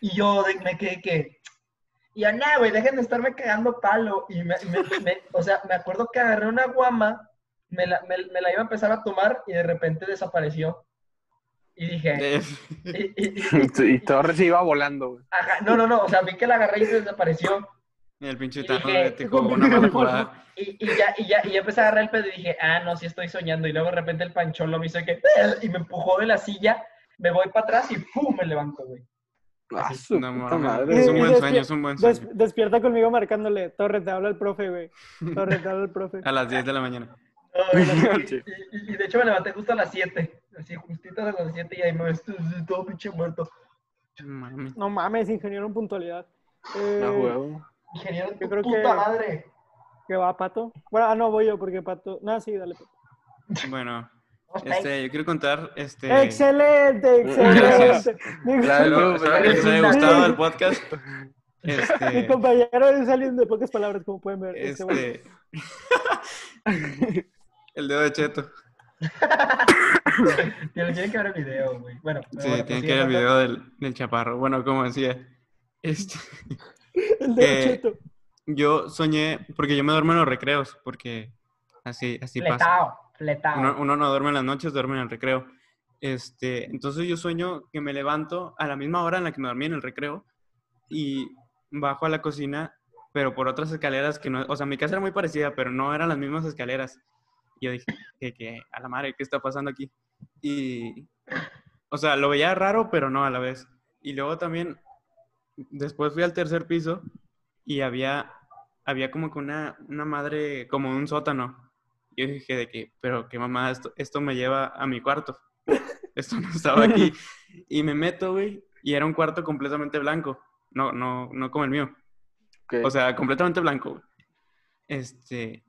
S1: Y yo de- me quedé que. Y yo, nah, güey, dejen de estarme cagando palo. Y me, me- me- o sea, me acuerdo que agarré una guama, me la, me- me la iba a empezar a tomar y de repente desapareció. Y dije.
S2: Eh,
S1: y- y- y-
S4: Y Torres se iba volando, güey.
S1: ajá, no, no, no, o sea, vi que la agarré y se desapareció.
S2: El pinche
S1: Y
S2: Tano
S1: dije,
S2: te jugó una mala jugada.
S1: Y, y ya, y ya, y ya empecé a agarrar el pedo y dije, ah, no, sí estoy soñando. Y luego de repente el pancholo me hizo que. Y me empujó de la silla, me voy para atrás y ¡pum! me levanto, güey.
S4: Ah, su
S2: No,
S4: puta
S2: mames.
S4: madre.
S2: Es un
S3: Y- y
S2: buen
S3: despi-
S2: sueño, es un buen
S3: Des-
S2: sueño.
S3: despierta conmigo marcándole, Torres, te habla el profe, güey. Torres, te habla el profe.
S2: A las 10 de la mañana.
S1: Ay, no, y,
S4: Sí.
S1: y- y de hecho me levanté justo a las 7. Así, justito a las 7 y ahí me ves tú- tú- todo pinche muerto.
S2: Mami.
S3: No mames, ingeniero en puntualidad.
S4: Ah,
S3: Eh,
S4: huevo.
S1: Ingeniero, de
S3: Yo
S1: tu
S3: creo
S1: puta
S3: que-
S1: madre.
S3: ¿Qué va, Pato? Bueno, ah, no, voy yo porque Pato... No, sí, dale. Pato.
S2: Bueno,
S1: Ok.
S2: este, yo quiero contar. Este,
S3: ¡Excelente,
S2: Mm, Gracias.
S3: excelente! Mi,
S4: Gracias.
S2: Espero espero que les haya gustado el podcast.
S3: mi
S2: Este,
S3: compañero es alguien de pocas palabras, como pueden ver. Este, güey.
S2: este, el dedo de Cheto.
S1: Tiene tiene que ver el video, güey. Bueno,
S2: Sí,
S1: Ah, bueno, pues
S2: tienen
S1: prosigue,
S2: que ver el
S1: Pato.
S2: video del, del chaparro. Bueno, como decía, este,
S3: El de
S2: eh,
S3: Cheto.
S2: yo soñé, porque yo me duermo en los recreos, porque así, así pasa.
S1: Fletao, fletao.
S2: Uno, uno no duerme en las noches, duerme en el recreo. Este, entonces yo sueño que me levanto a la misma hora en la que me dormí en el recreo y bajo a la cocina, pero por otras escaleras que no, o sea, mi casa era muy parecida, pero no eran las mismas escaleras. Y yo dije, que, que, a la madre, ¿qué está pasando aquí? Y, o sea, lo veía raro, pero no a la vez. Y luego también, después fui al tercer piso y había, había como que una, una madre, como un sótano. Yo dije de que, pero que mamá, esto, esto me lleva a mi cuarto. Esto no estaba aquí. Y me meto, güey, y era un cuarto completamente blanco. No, no, no como el mío.
S4: Ok.
S2: O sea, completamente blanco, güey. Este,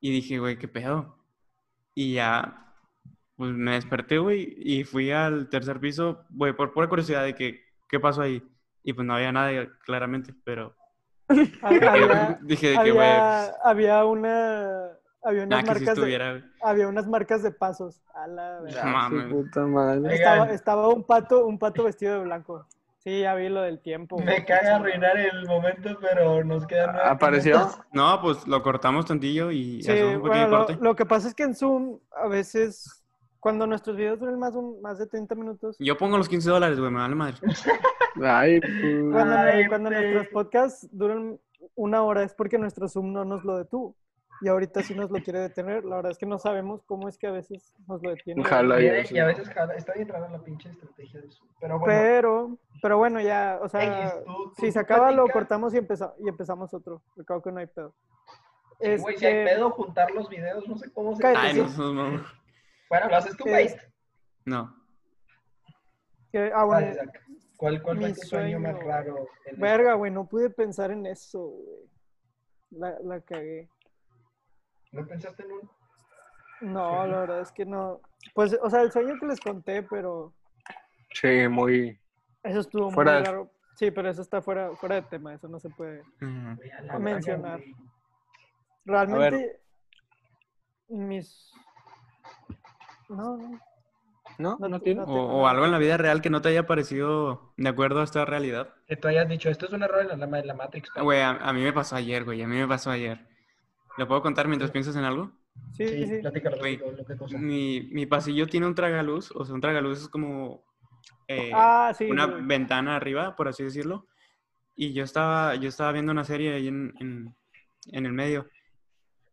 S2: y dije, güey, qué pedo. Y ya, pues me desperté, güey, y fui al tercer piso, güey, por pura curiosidad de que, ¿qué pasó ahí? Y pues no había nadie, claramente, pero
S3: Había,
S2: dije de que, güey,
S3: había,
S2: pues,
S3: había una... Había
S2: nada que
S3: unas,
S2: si
S3: marcas de,
S2: estuviera, güey.
S3: había unas marcas de pasos. A la verga.
S2: No mames.
S4: Su puta madre.
S1: Oigan.
S3: Estaba, estaba un pato, un pato vestido de blanco. Sí, ya vi lo del tiempo. güey.
S1: Me caga arruinar el momento, pero nos quedan. nueve
S4: ¿Apareció?
S1: minutos.
S2: No, pues lo cortamos tantillo y
S3: Sí,
S2: hacemos un pequeño
S3: bueno, lo,
S2: corte.
S3: lo que pasa es que en Zoom a veces cuando nuestros videos duran más, de un- más de 30 minutos,
S2: Yo pongo los 15 dólares, güey, me vale madre.
S4: Ay, pues.
S3: cuando,
S1: Ay,
S3: cuando
S1: güey.
S3: nuestros podcasts duran una hora es porque nuestro Zoom no nos lo detuvo. Y ahorita sí nos lo quiere detener. La verdad es que no sabemos cómo es que a veces nos lo detiene.
S4: Ojalá
S1: Y,
S4: y
S1: a- y a
S4: eso.
S1: veces jala- está bien rara la pinche estrategia de eso. Pero bueno,
S3: Pero, pero bueno, ya, o sea,
S1: X, tú- tú-
S3: si
S1: tú
S3: se acaba lo
S1: platica.
S3: cortamos y, empeza- y empezamos otro. Yo Creo que no hay pedo.
S1: Sí, güey, si hay
S3: Este,
S1: pedo juntar los videos, no sé cómo se.
S3: Cállate,
S2: Ay,
S3: sí.
S2: no, no, no.
S1: Bueno, lo haces tú,
S3: Eh,
S1: güey.
S2: No.
S3: que- ah, bueno,
S1: Dale, Isaac. ¿Cuál, cuál
S3: mi
S1: fue tu sueño más
S3: sueño.
S1: raro? en el-
S3: Verga, güey, no pude pensar en eso, güey. La, la cagué.
S1: ¿No pensaste en uno?
S3: No, la verdad es que no. Pues, o sea, el sueño que les conté, pero
S4: Sí, muy.
S3: eso estuvo
S4: Fuera
S3: muy
S4: de-
S3: raro. Sí, pero eso está fuera, fuera de tema, eso no se puede.
S2: Ajá.
S1: Voy a la
S3: Mencionar.
S1: verga, güey.
S3: Realmente, mis... No, no.
S4: ¿No?
S3: No
S4: ¿No
S3: tu-
S4: tiene?
S3: no.
S2: O, o algo en la vida real que no te haya parecido de acuerdo a esta realidad.
S1: Que tú hayas dicho, esto es un error en la, lama de la Matrix. pa".
S2: Güey, a, a mí me pasó ayer, güey, a mí me pasó ayer. ¿Lo puedo contar mientras piensas en algo?
S3: Sí,
S1: Sí,
S3: sí, sí.
S1: platícalo,
S2: Güey.
S1: platícalo, lo que cosa.
S2: Mi, mi pasillo tiene un tragaluz, o sea, un tragaluz es como eh,
S3: Ah, sí.
S2: una
S3: güey.
S2: ventana arriba, por así decirlo. Y yo estaba, yo estaba viendo una serie ahí en, en- en el medio.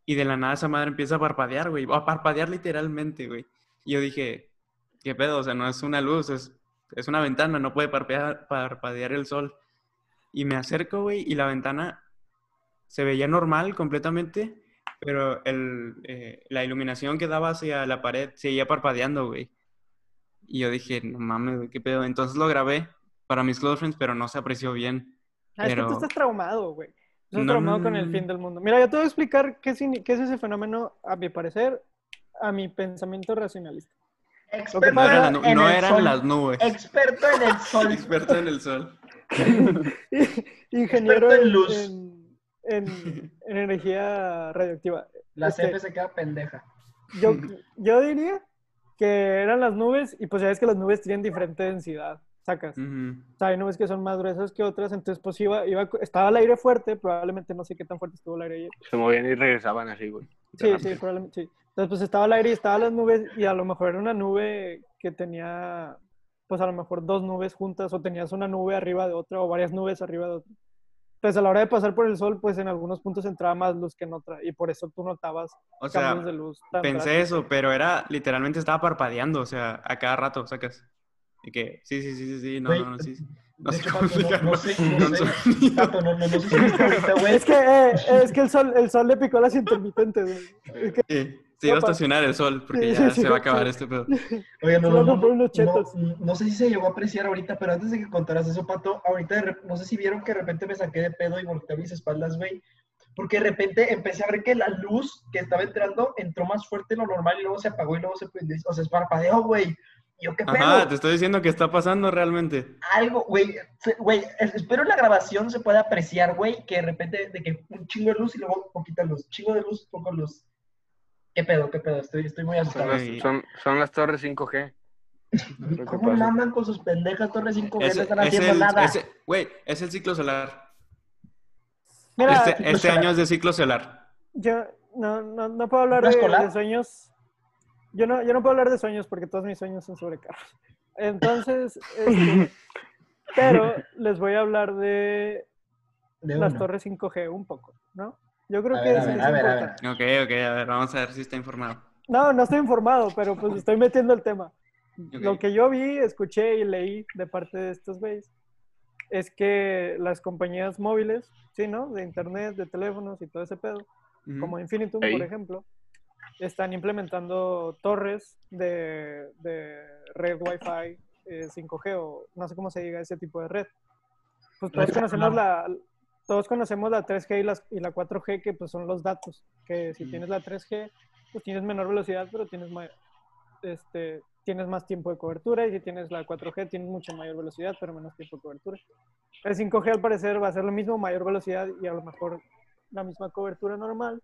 S2: Y de la nada esa madre empieza a parpadear, güey. A parpadear literalmente, güey. Y yo dije, ¿qué pedo? O sea, no es una luz, es, es una ventana, no puede parpadear, parpadear el sol. Y me acerco, güey, y la ventana se veía normal completamente, pero el, eh, la iluminación que daba hacia la pared seguía parpadeando, güey. Y yo dije, no mames, güey, qué pedo. Entonces lo grabé para mis close friends, pero no se apreció bien.
S3: Ah, es que
S2: Pero-
S3: tú estás traumado, güey. Estás
S2: No,
S3: traumado
S2: no,
S3: con
S2: no,
S3: el
S2: no.
S3: fin del mundo. Mira, yo te voy a explicar qué, signi- qué es ese fenómeno, a mi parecer, a mi pensamiento racionalista.
S1: Experto
S2: No, era la
S1: en
S2: nu- no
S1: el
S2: eran
S1: sol.
S2: las nubes.
S1: Experto en el sol.
S2: Experto en el sol.
S1: Experto
S3: Ingeniero
S1: en
S3: en,
S1: luz.
S3: en- en- en energía radioactiva.
S1: La
S3: Este-
S1: CF se queda pendeja.
S3: Yo, yo diría que eran las nubes, y pues ya ves que las nubes tienen diferente densidad, sacas.
S2: Ujú.
S3: O sea, hay nubes que son más gruesas que otras, entonces pues iba, iba, estaba el aire fuerte, probablemente no sé qué tan fuerte estuvo el aire ayer.
S4: Se movían y regresaban así, güey.
S3: Sí, sí, probablemente sí. Entonces, pues estaba el aire y estaban las nubes, y a lo mejor era una nube que tenía, pues a lo mejor dos nubes juntas, o tenías una nube arriba de otra, o varias nubes arriba de otra. Entonces, a la hora de pasar por el sol, pues en algunos puntos entraba más luz que en otra, y por eso tú notabas
S2: O sea,
S3: cambios de luz. tan
S2: pensé eso, pero era literalmente estaba parpadeando, o sea, a cada rato, sacas. Y que, sí, sí, sí, sí, sí, no,
S1: Güey,
S2: no, no, sí. sí. No
S1: de
S2: sé
S1: hecho,
S2: cómo
S1: Pato, no-
S2: explicarlo
S1: no sé, no
S2: con
S1: sé.
S2: sonido.
S1: Pato, no, no, no sé si viste ahorita, güey.
S3: Es que, eh, es que el sol, el sol le picó las intermitentes, güey.
S2: Sí, se iba a
S3: Opa.
S2: estacionar el sol porque
S3: Sí,
S2: ya
S3: sí, sí,
S2: se va a
S3: sí.
S2: acabar este pedo.
S1: Oye, no,
S3: Se
S1: no,
S3: va a
S1: no,
S3: comprar
S1: no,
S3: unos chetos.
S1: no, no sé si se llegó a apreciar ahorita, pero antes de que contaras eso, Pato, ahorita de rep- no sé si vieron que de repente me saqué de pedo y volteé a mis espaldas, güey. Porque de repente empecé a ver que la luz que estaba entrando entró más fuerte de lo normal y luego se apagó y luego se prendió, o sea, esparpadeó, güey. Y Yo, ¿qué pedo?
S2: Ajá, te estoy diciendo que está pasando realmente.
S1: Algo, güey, se- güey, es- espero la grabación se pueda apreciar, güey, que de repente, de que un chingo de luz y luego poquita luz, chingo de luz, poco luz. ¿Qué pedo, qué pedo? Estoy, estoy muy
S4: Son
S1: asustado.
S4: las,
S2: Ay.
S4: son, son las torres 5G. Es lo que
S1: ¿Cómo
S4: pasa.
S1: maman con sus pendejas torres 5G?
S2: Es,
S1: no están
S2: es
S1: haciendo
S2: el,
S1: nada.
S2: es el- güey, es el ciclo solar.
S3: Mira,
S2: este este
S1: solar.
S2: año es de ciclo solar.
S3: Yo no, no, no puedo hablar
S1: ¿No
S3: de,
S1: es colar?
S3: de sueños. Yo no, yo no puedo hablar de sueños porque todos mis sueños son sobre carros. Entonces, este, pero les voy a hablar de
S1: De
S3: las
S1: uno.
S3: torres 5G un poco, ¿no? Yo creo
S1: A
S3: que
S1: ver, a
S3: sí
S1: ver,
S3: es
S1: a ver, a
S3: importante.
S2: Ok, ok, a ver, vamos a ver si está informado.
S3: No, no estoy informado, pero pues estoy metiendo el tema. Lo
S2: Ok.
S3: que yo vi, escuché y leí de parte de estos güeyes es que las compañías móviles, sí, ¿no? De internet, de teléfonos y todo ese pedo,
S2: Ujú.
S3: como Infinitum,
S4: Ey.
S3: por ejemplo, están implementando torres de, de red Wi-Fi eh, 5G o no sé cómo se diga ese tipo de red. Pues todos
S1: Red
S3: conocemos la, todos conocemos la 3G y, las, y la 4G, que pues son los datos, que si
S2: Mm.
S3: tienes la 3G, pues tienes menor velocidad, pero tienes ma- este, tienes más tiempo de cobertura y si tienes la 4G tienes mucha mayor velocidad, pero menos tiempo de cobertura. El 5G al parecer va a ser lo mismo, mayor velocidad y a lo mejor la misma cobertura normal,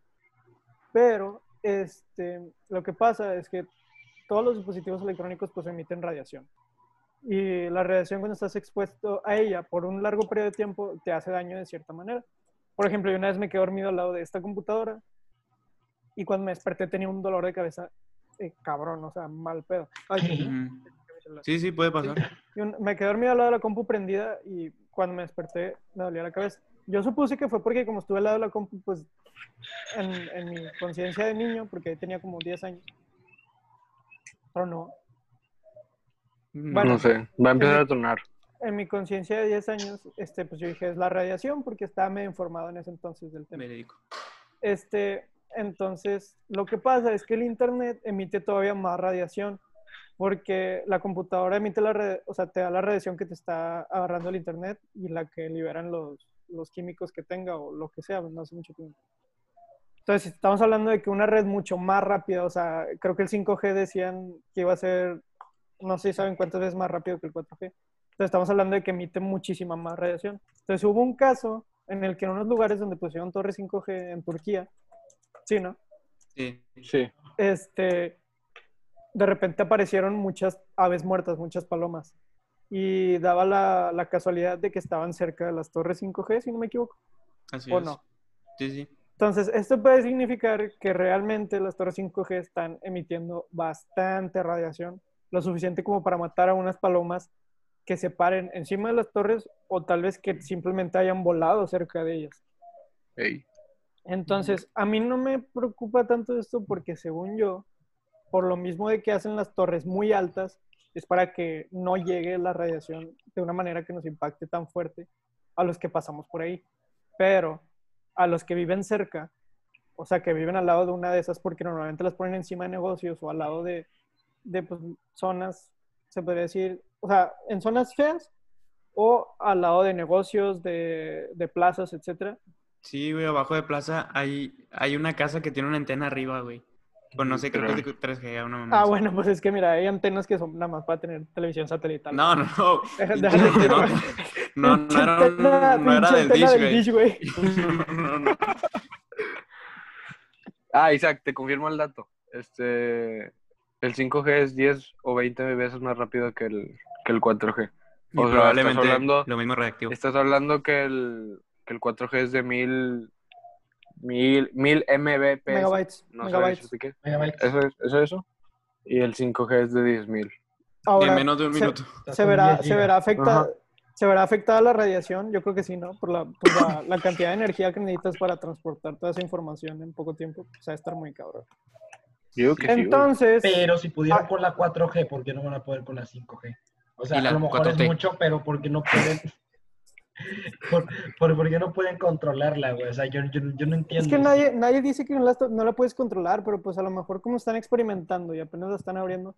S3: pero este, lo que pasa es que todos los dispositivos electrónicos pues emiten radiación y la radiación cuando estás expuesto a ella por un largo periodo de tiempo te hace daño de cierta manera. Por ejemplo, yo una vez me quedé dormido al lado de esta computadora y cuando me desperté tenía un dolor de cabeza eh, cabrón, o sea, mal pedo. Ay,
S2: Ujú.
S3: mi celular.
S2: Sí, sí, puede pasar.
S3: Y un- me quedé dormido al lado de la compu prendida y cuando me desperté me dolía la cabeza. Yo supuse que fue porque como estuve al lado de la compu, pues en, en mi conciencia de niño, porque ahí tenía como 10 años. Pero no, Bueno.
S4: No sé, va a empezar a tronar.
S3: en mi conciencia de 10 años, este, pues yo dije, es la radiación, porque estaba medio informado en ese entonces del tema.
S2: Verídico.
S3: Este, entonces, lo que pasa es que el Internet emite todavía más radiación, porque la computadora emite la radiación, o sea, te da la radiación que te está agarrando el Internet y la que liberan los, los químicos que tenga o lo que sea, no hace mucho tiempo. Entonces, estamos hablando de que una red mucho más rápida, o sea, creo que el 5G decían que iba a ser, no sé si saben cuántas veces más rápido que el 4G. Entonces estamos hablando de que emite muchísima más radiación. Entonces hubo un caso en el que en unos lugares donde pusieron torres 5G en Turquía, sí, ¿no?
S2: Sí.
S4: Sí.
S3: Este, de repente aparecieron muchas aves muertas, muchas palomas. Y daba la, la casualidad de que estaban cerca de las torres 5G, si no me equivoco,
S2: Así
S3: o
S2: es.
S3: no.
S2: Sí, sí.
S3: Entonces, esto puede significar que realmente las torres 5G están emitiendo bastante radiación, lo suficiente como para matar a unas palomas que se paren encima de las torres o tal vez que simplemente hayan volado cerca de ellas.
S4: Ey.
S3: Entonces, a mí no me preocupa tanto esto porque según yo, por lo mismo de que hacen las torres muy altas, es para que no llegue la radiación de una manera que nos impacte tan fuerte a los que pasamos por ahí. Pero a los que viven cerca, o sea, que viven al lado de una de esas, porque normalmente las ponen encima de negocios o al lado de, de, pues, zonas, se podría decir, o sea, en zonas feas o al lado de negocios, de, de plazas, etcétera.
S2: Sí, güey, abajo de plaza hay, hay una casa que tiene una antena arriba, güey. Pues no sé, creo que es de 3G, una mamá
S3: Ah,
S2: así.
S3: bueno, pues es que mira, hay antenas que son nada más para tener televisión satelital.
S2: No, no.
S3: Deja-
S2: pinche
S3: déjate-
S2: antenota. No, no,
S3: Pinche
S2: era, un-
S3: antena-
S2: no era
S3: pinche
S2: del
S3: antena
S2: dish,
S3: del
S2: güey.
S3: dish, güey.
S2: No, no, no.
S4: Ah, Isaac, te confirmo el dato. Este, el 5G es 10 o 20 veces más rápido que el, que el 4G.
S2: Y
S4: O sea,
S2: probablemente
S4: estás hablando-
S2: lo mismo reactivo.
S4: Estás hablando que el, que el 4G es de 1000 mil, mil mbps.
S3: Megabytes,
S4: No sabes
S3: megabytes.
S4: eso qué.
S1: Megabytes.
S4: ¿Eso es eso, eso? Y el 5G es de 10.000.
S3: Ahora,
S2: en menos de un
S3: se-
S2: minuto.
S1: Estás
S3: Se
S1: con
S3: verá,
S1: 10
S3: se
S1: gigas.
S3: verá afectada.
S4: Ajá.
S3: ¿Se verá afectada la radiación? Yo creo que sí, ¿no? Por, la, por la, la cantidad de energía que necesitas para transportar toda esa información en poco tiempo. O sea, estar muy cabrón.
S4: Yo que
S3: Entonces,
S1: Pero si pudieron
S3: Ah.
S1: con la 4G, ¿por qué no van a poder con la 5G? O sea,
S2: Y la
S1: a lo mejor es
S2: 4T.
S1: mucho, pero ¿por qué no pueden? ¿Por, por, por qué no pueden controlarla, güey? O sea, yo, yo, yo no entiendo.
S3: es que nadie, nadie dice que no la, no la puedes controlar, pero pues a lo mejor como están experimentando y apenas la están abriendo,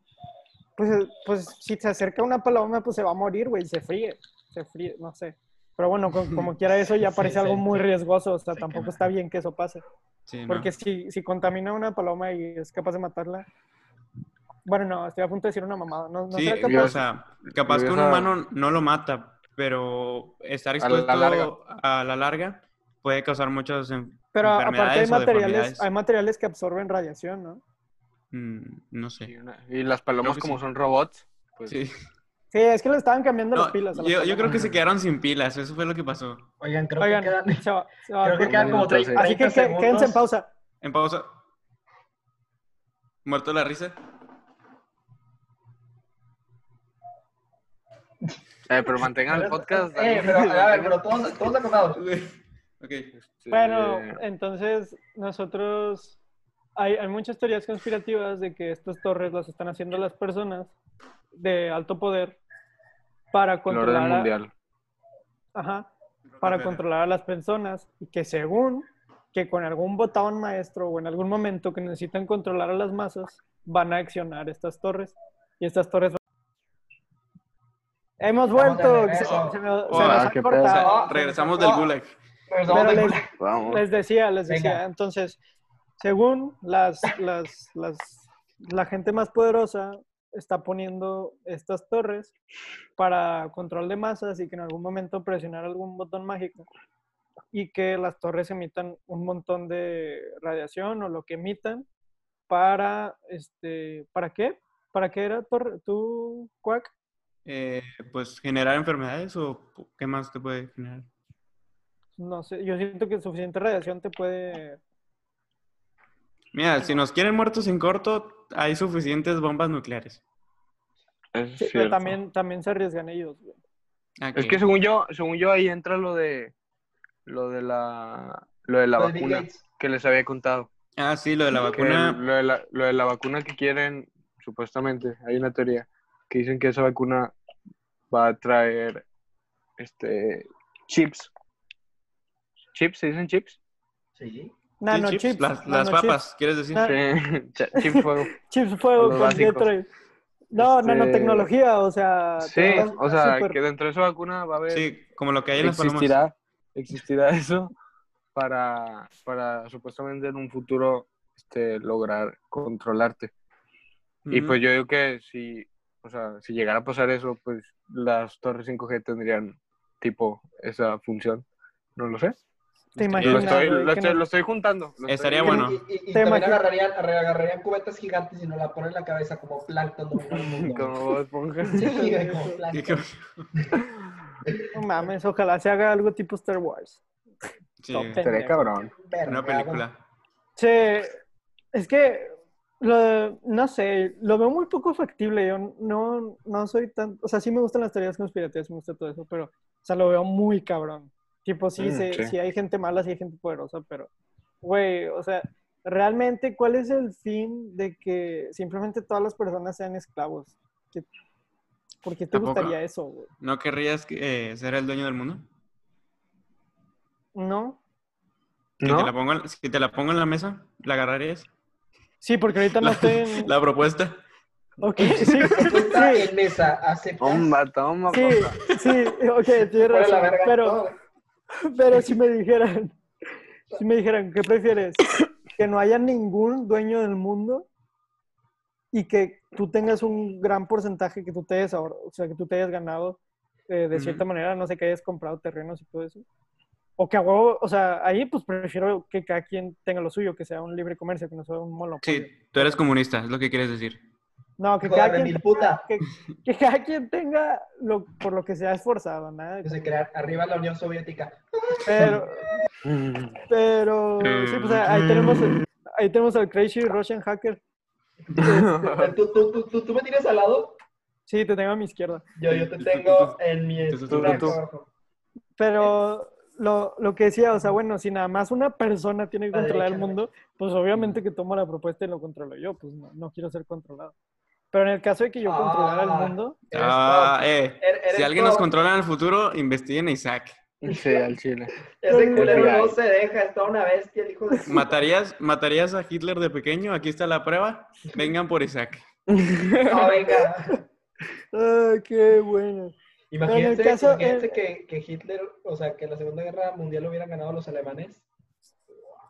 S3: pues, eh, pues si se acerca una paloma, pues se va a morir, güey, se fríe, se fríe, no sé. Pero bueno, con- como quiera eso ya
S1: Sí,
S3: parece
S1: se-
S3: algo muy
S1: se-
S3: riesgoso, o sea,
S1: se
S3: tampoco
S1: quema.
S3: está bien que eso pase.
S2: Sí, no.
S3: Porque si, si contamina a una paloma y es capaz de matarla. Bueno, no, estoy a punto de decir una mamada. No, no
S2: Sí,
S3: será
S2: o
S3: capaz.
S2: sea, capaz que un
S4: Esa-
S2: humano no lo mata, pero estar
S4: A la
S2: expuesto a la
S4: larga.
S2: larga, puede causar muchas en-
S3: pero a- aparte hay
S2: enfermedades o
S3: materiales,
S2: deformidades.
S3: hay materiales que absorben radiación, ¿no?
S2: Mm, no
S4: Y,
S2: sé.
S4: una- y las palomas
S2: que
S4: como
S2: sí.
S4: son robots, pues
S2: Sí.
S3: Sí, es que le estaban cambiando
S2: No,
S3: las pilas. a las
S2: yo, yo creo
S3: palomas.
S2: que se quedaron sin pilas, eso fue lo que pasó.
S1: Oigan, creo
S3: Oigan,
S1: que quedan,
S3: se va- se va-
S1: creo que quedan como
S4: Entonces-
S1: 30,
S3: Así que, que-
S1: segundos.
S3: quédense en pausa.
S2: En pausa. Muerto la risa.
S4: Eh, pero mantengan el podcast.
S1: Eh,
S4: Daniel.
S1: pero, a ver, pero todos, todos acostados.
S2: Ok.
S4: Este,
S3: Bueno, entonces nosotros. Hay, hay muchas teorías conspirativas de que estas torres las están haciendo las personas de alto poder para
S4: el orden
S3: controlar. a-
S4: mundial.
S3: Ajá. para controlar a las personas y que según que con algún botón maestro o en algún momento que necesitan controlar a las masas, van a accionar estas torres y estas torres van... Hemos
S1: Estamos de
S3: vuelto. Se,
S1: regreso.
S3: se me- se
S2: Hola,
S3: nos ha
S5: qué pedo.
S2: O sea,
S4: Ah.
S3: cortado.
S1: No,
S2: regresamos
S1: no.
S2: del gulag.
S3: Pero les,
S5: Vamos.
S3: les decía, les
S1: Venga.
S3: decía. Entonces, según las, las, las, la gente más poderosa está poniendo estas torres para control de masas y que en algún momento presionar algún botón mágico y que las torres emitan un montón de radiación o lo que emitan para, este, ¿para qué? ¿Para qué era torre? ¿Tú, Cuac?
S2: Eh, pues generar enfermedades o qué más te puede generar.
S3: No sé, yo siento que suficiente radiación te puede...
S2: Mira, si nos quieren muertos en corto, hay suficientes bombas nucleares.
S4: Eso es
S3: Sí, pero
S4: cierto.
S3: también, también se arriesgan ellos. güey.
S2: Aquí.
S4: Es que según yo, según yo ahí entra lo de lo de la lo de la
S1: Lo de Bill
S4: vacuna
S1: Gates.
S4: que les había contado.
S2: Ah, sí, lo de la
S4: Que el-
S2: vacuna.
S4: lo, de la, lo de la vacuna que quieren, supuestamente, hay una teoría que dicen que esa vacuna va a traer este chips. ¿Chips? ¿Se dicen chips?
S1: Sí.
S2: Sí,
S3: Nanochips.
S2: chips, las, las
S3: nanochips.
S2: papas, ¿quieres decir?
S4: Ah,
S3: Na-
S4: Sí, cha- chips fuego.
S3: Chips fuego
S4: Los
S3: con
S4: básicos.
S3: Detroit. No,
S4: Este-
S3: nanotecnología, o
S2: Ah,
S3: sea.
S4: Sí,
S3: te vas
S4: o sea,
S3: súper-
S4: que dentro de esa vacuna va a haber
S2: Sí, como lo que hay en las palomas.
S4: existirá, existirá eso para, para supuestamente en un futuro este, lograr controlarte. Y
S2: Ujú.
S4: pues yo digo que si, o sea, si llegara a pasar eso, pues las torres 5G tendrían tipo esa función. No lo sé.
S3: ¿Te
S4: Lo
S3: imaginas?
S4: estoy,
S3: güey,
S4: lo
S3: que
S4: estoy,
S3: no-
S4: lo estoy juntando. lo estoy-
S2: Estaría bueno.
S1: Y, y, y
S3: Te
S1: también
S3: imagino-
S1: agarrarían, agarrarían cubetas gigantes y nos la ponen en la cabeza como plancton.
S4: Como Bob Esponja.
S1: Sí, güey, como
S2: ¿Qué-
S1: plancton.
S2: qué-
S3: No mames, ojalá se haga algo tipo Star Wars.
S2: Sí,
S3: Top
S2: güey.
S3: ten.
S4: Estaría cabrón.
S2: una película.
S3: Che, es que. Lo de- no sé, lo veo muy poco factible. Yo no, no soy tan. O sea, sí me gustan las teorías conspirativas, me gusta todo eso, pero. O sea, lo veo muy cabrón. Tipo, sí,
S4: Mm,
S3: se-
S4: sí.
S3: sí hay gente mala, sí hay gente poderosa, pero. güey, o sea, realmente, ¿cuál es el fin de que simplemente todas las personas sean esclavos? ¿Qué- ¿Por qué te
S2: ¿A poco?
S3: gustaría eso, güey?
S2: ¿No querrías que, eh, ser el dueño del mundo?
S3: ¿No?
S2: Si,
S4: ¿No?
S2: te la pongo, en- si te la pongo en la mesa, ¿la agarrarías?
S3: Sí, porque ahorita no
S2: La-
S3: estoy en...
S2: La propuesta.
S3: Ok, sí, sí,
S1: Está en esa, aceptas.
S4: Toma, toma,
S3: sí,
S4: papá.
S3: sí, ok, tienes
S1: Fuera la
S3: razón,
S1: verga
S3: pero...
S1: todo.
S3: Pero si me dijeran, si me dijeran, ¿qué prefieres? Que no haya ningún dueño del mundo y que tú tengas un gran porcentaje que tú te hayas, ahor- o sea, que tú te hayas ganado eh, de cierta
S2: Ujú.
S3: manera, no sé, que hayas comprado terrenos y todo eso. O que a huevo, o sea, ahí pues prefiero que cada quien tenga lo suyo, que sea un libre comercio, que no sea un monopolio.
S2: Sí, tú eres comunista, es lo que quieres decir.
S3: No, que
S1: Hijo de
S3: cada,
S1: remil
S3: quien,
S1: puta.
S3: que, que cada quien tenga lo, por lo que se ha esforzado, nada.
S1: Que se crea arriba la Unión Soviética.
S3: Pero, Pero
S2: Eh,
S3: sí, pues ahí tenemos, ahí tenemos al Crazy Russian Hacker.
S1: ¿Tú, tú, tú, tú, tú me tienes al lado?
S3: Sí, te tengo a mi izquierda.
S1: Yo, yo te tengo en mi
S2: Tú, tú, tú,
S1: esquina,
S4: tú.
S1: Jorge.
S3: Pero lo, lo que decía, o sea, bueno, si nada más una persona tiene que
S1: La
S3: controlar el
S1: derecha,
S3: mundo, pues obviamente que tomo la propuesta y lo controlo yo, pues no, no quiero ser controlado. Pero en el caso de que yo controlara
S1: Ah.
S3: el mundo,
S1: Eres
S2: Ah,
S1: pro.
S2: eh,
S1: Er- eres
S2: si alguien nos
S1: pro.
S2: controla en el futuro, investiguen a Isaac.
S4: Sí, al chile.
S1: Ese culero no se deja, está una bestia el hijo de su-
S2: ¿Matarías, ¿Matarías a Hitler de pequeño? Aquí está la prueba. Vengan por Isaac.
S1: No, venga.
S3: ¡ah, qué bueno!
S1: Imagínense,
S3: caso,
S1: imagínense
S3: eh,
S1: que, que Hitler, o sea, que la Segunda Guerra Mundial lo hubieran ganado los alemanes.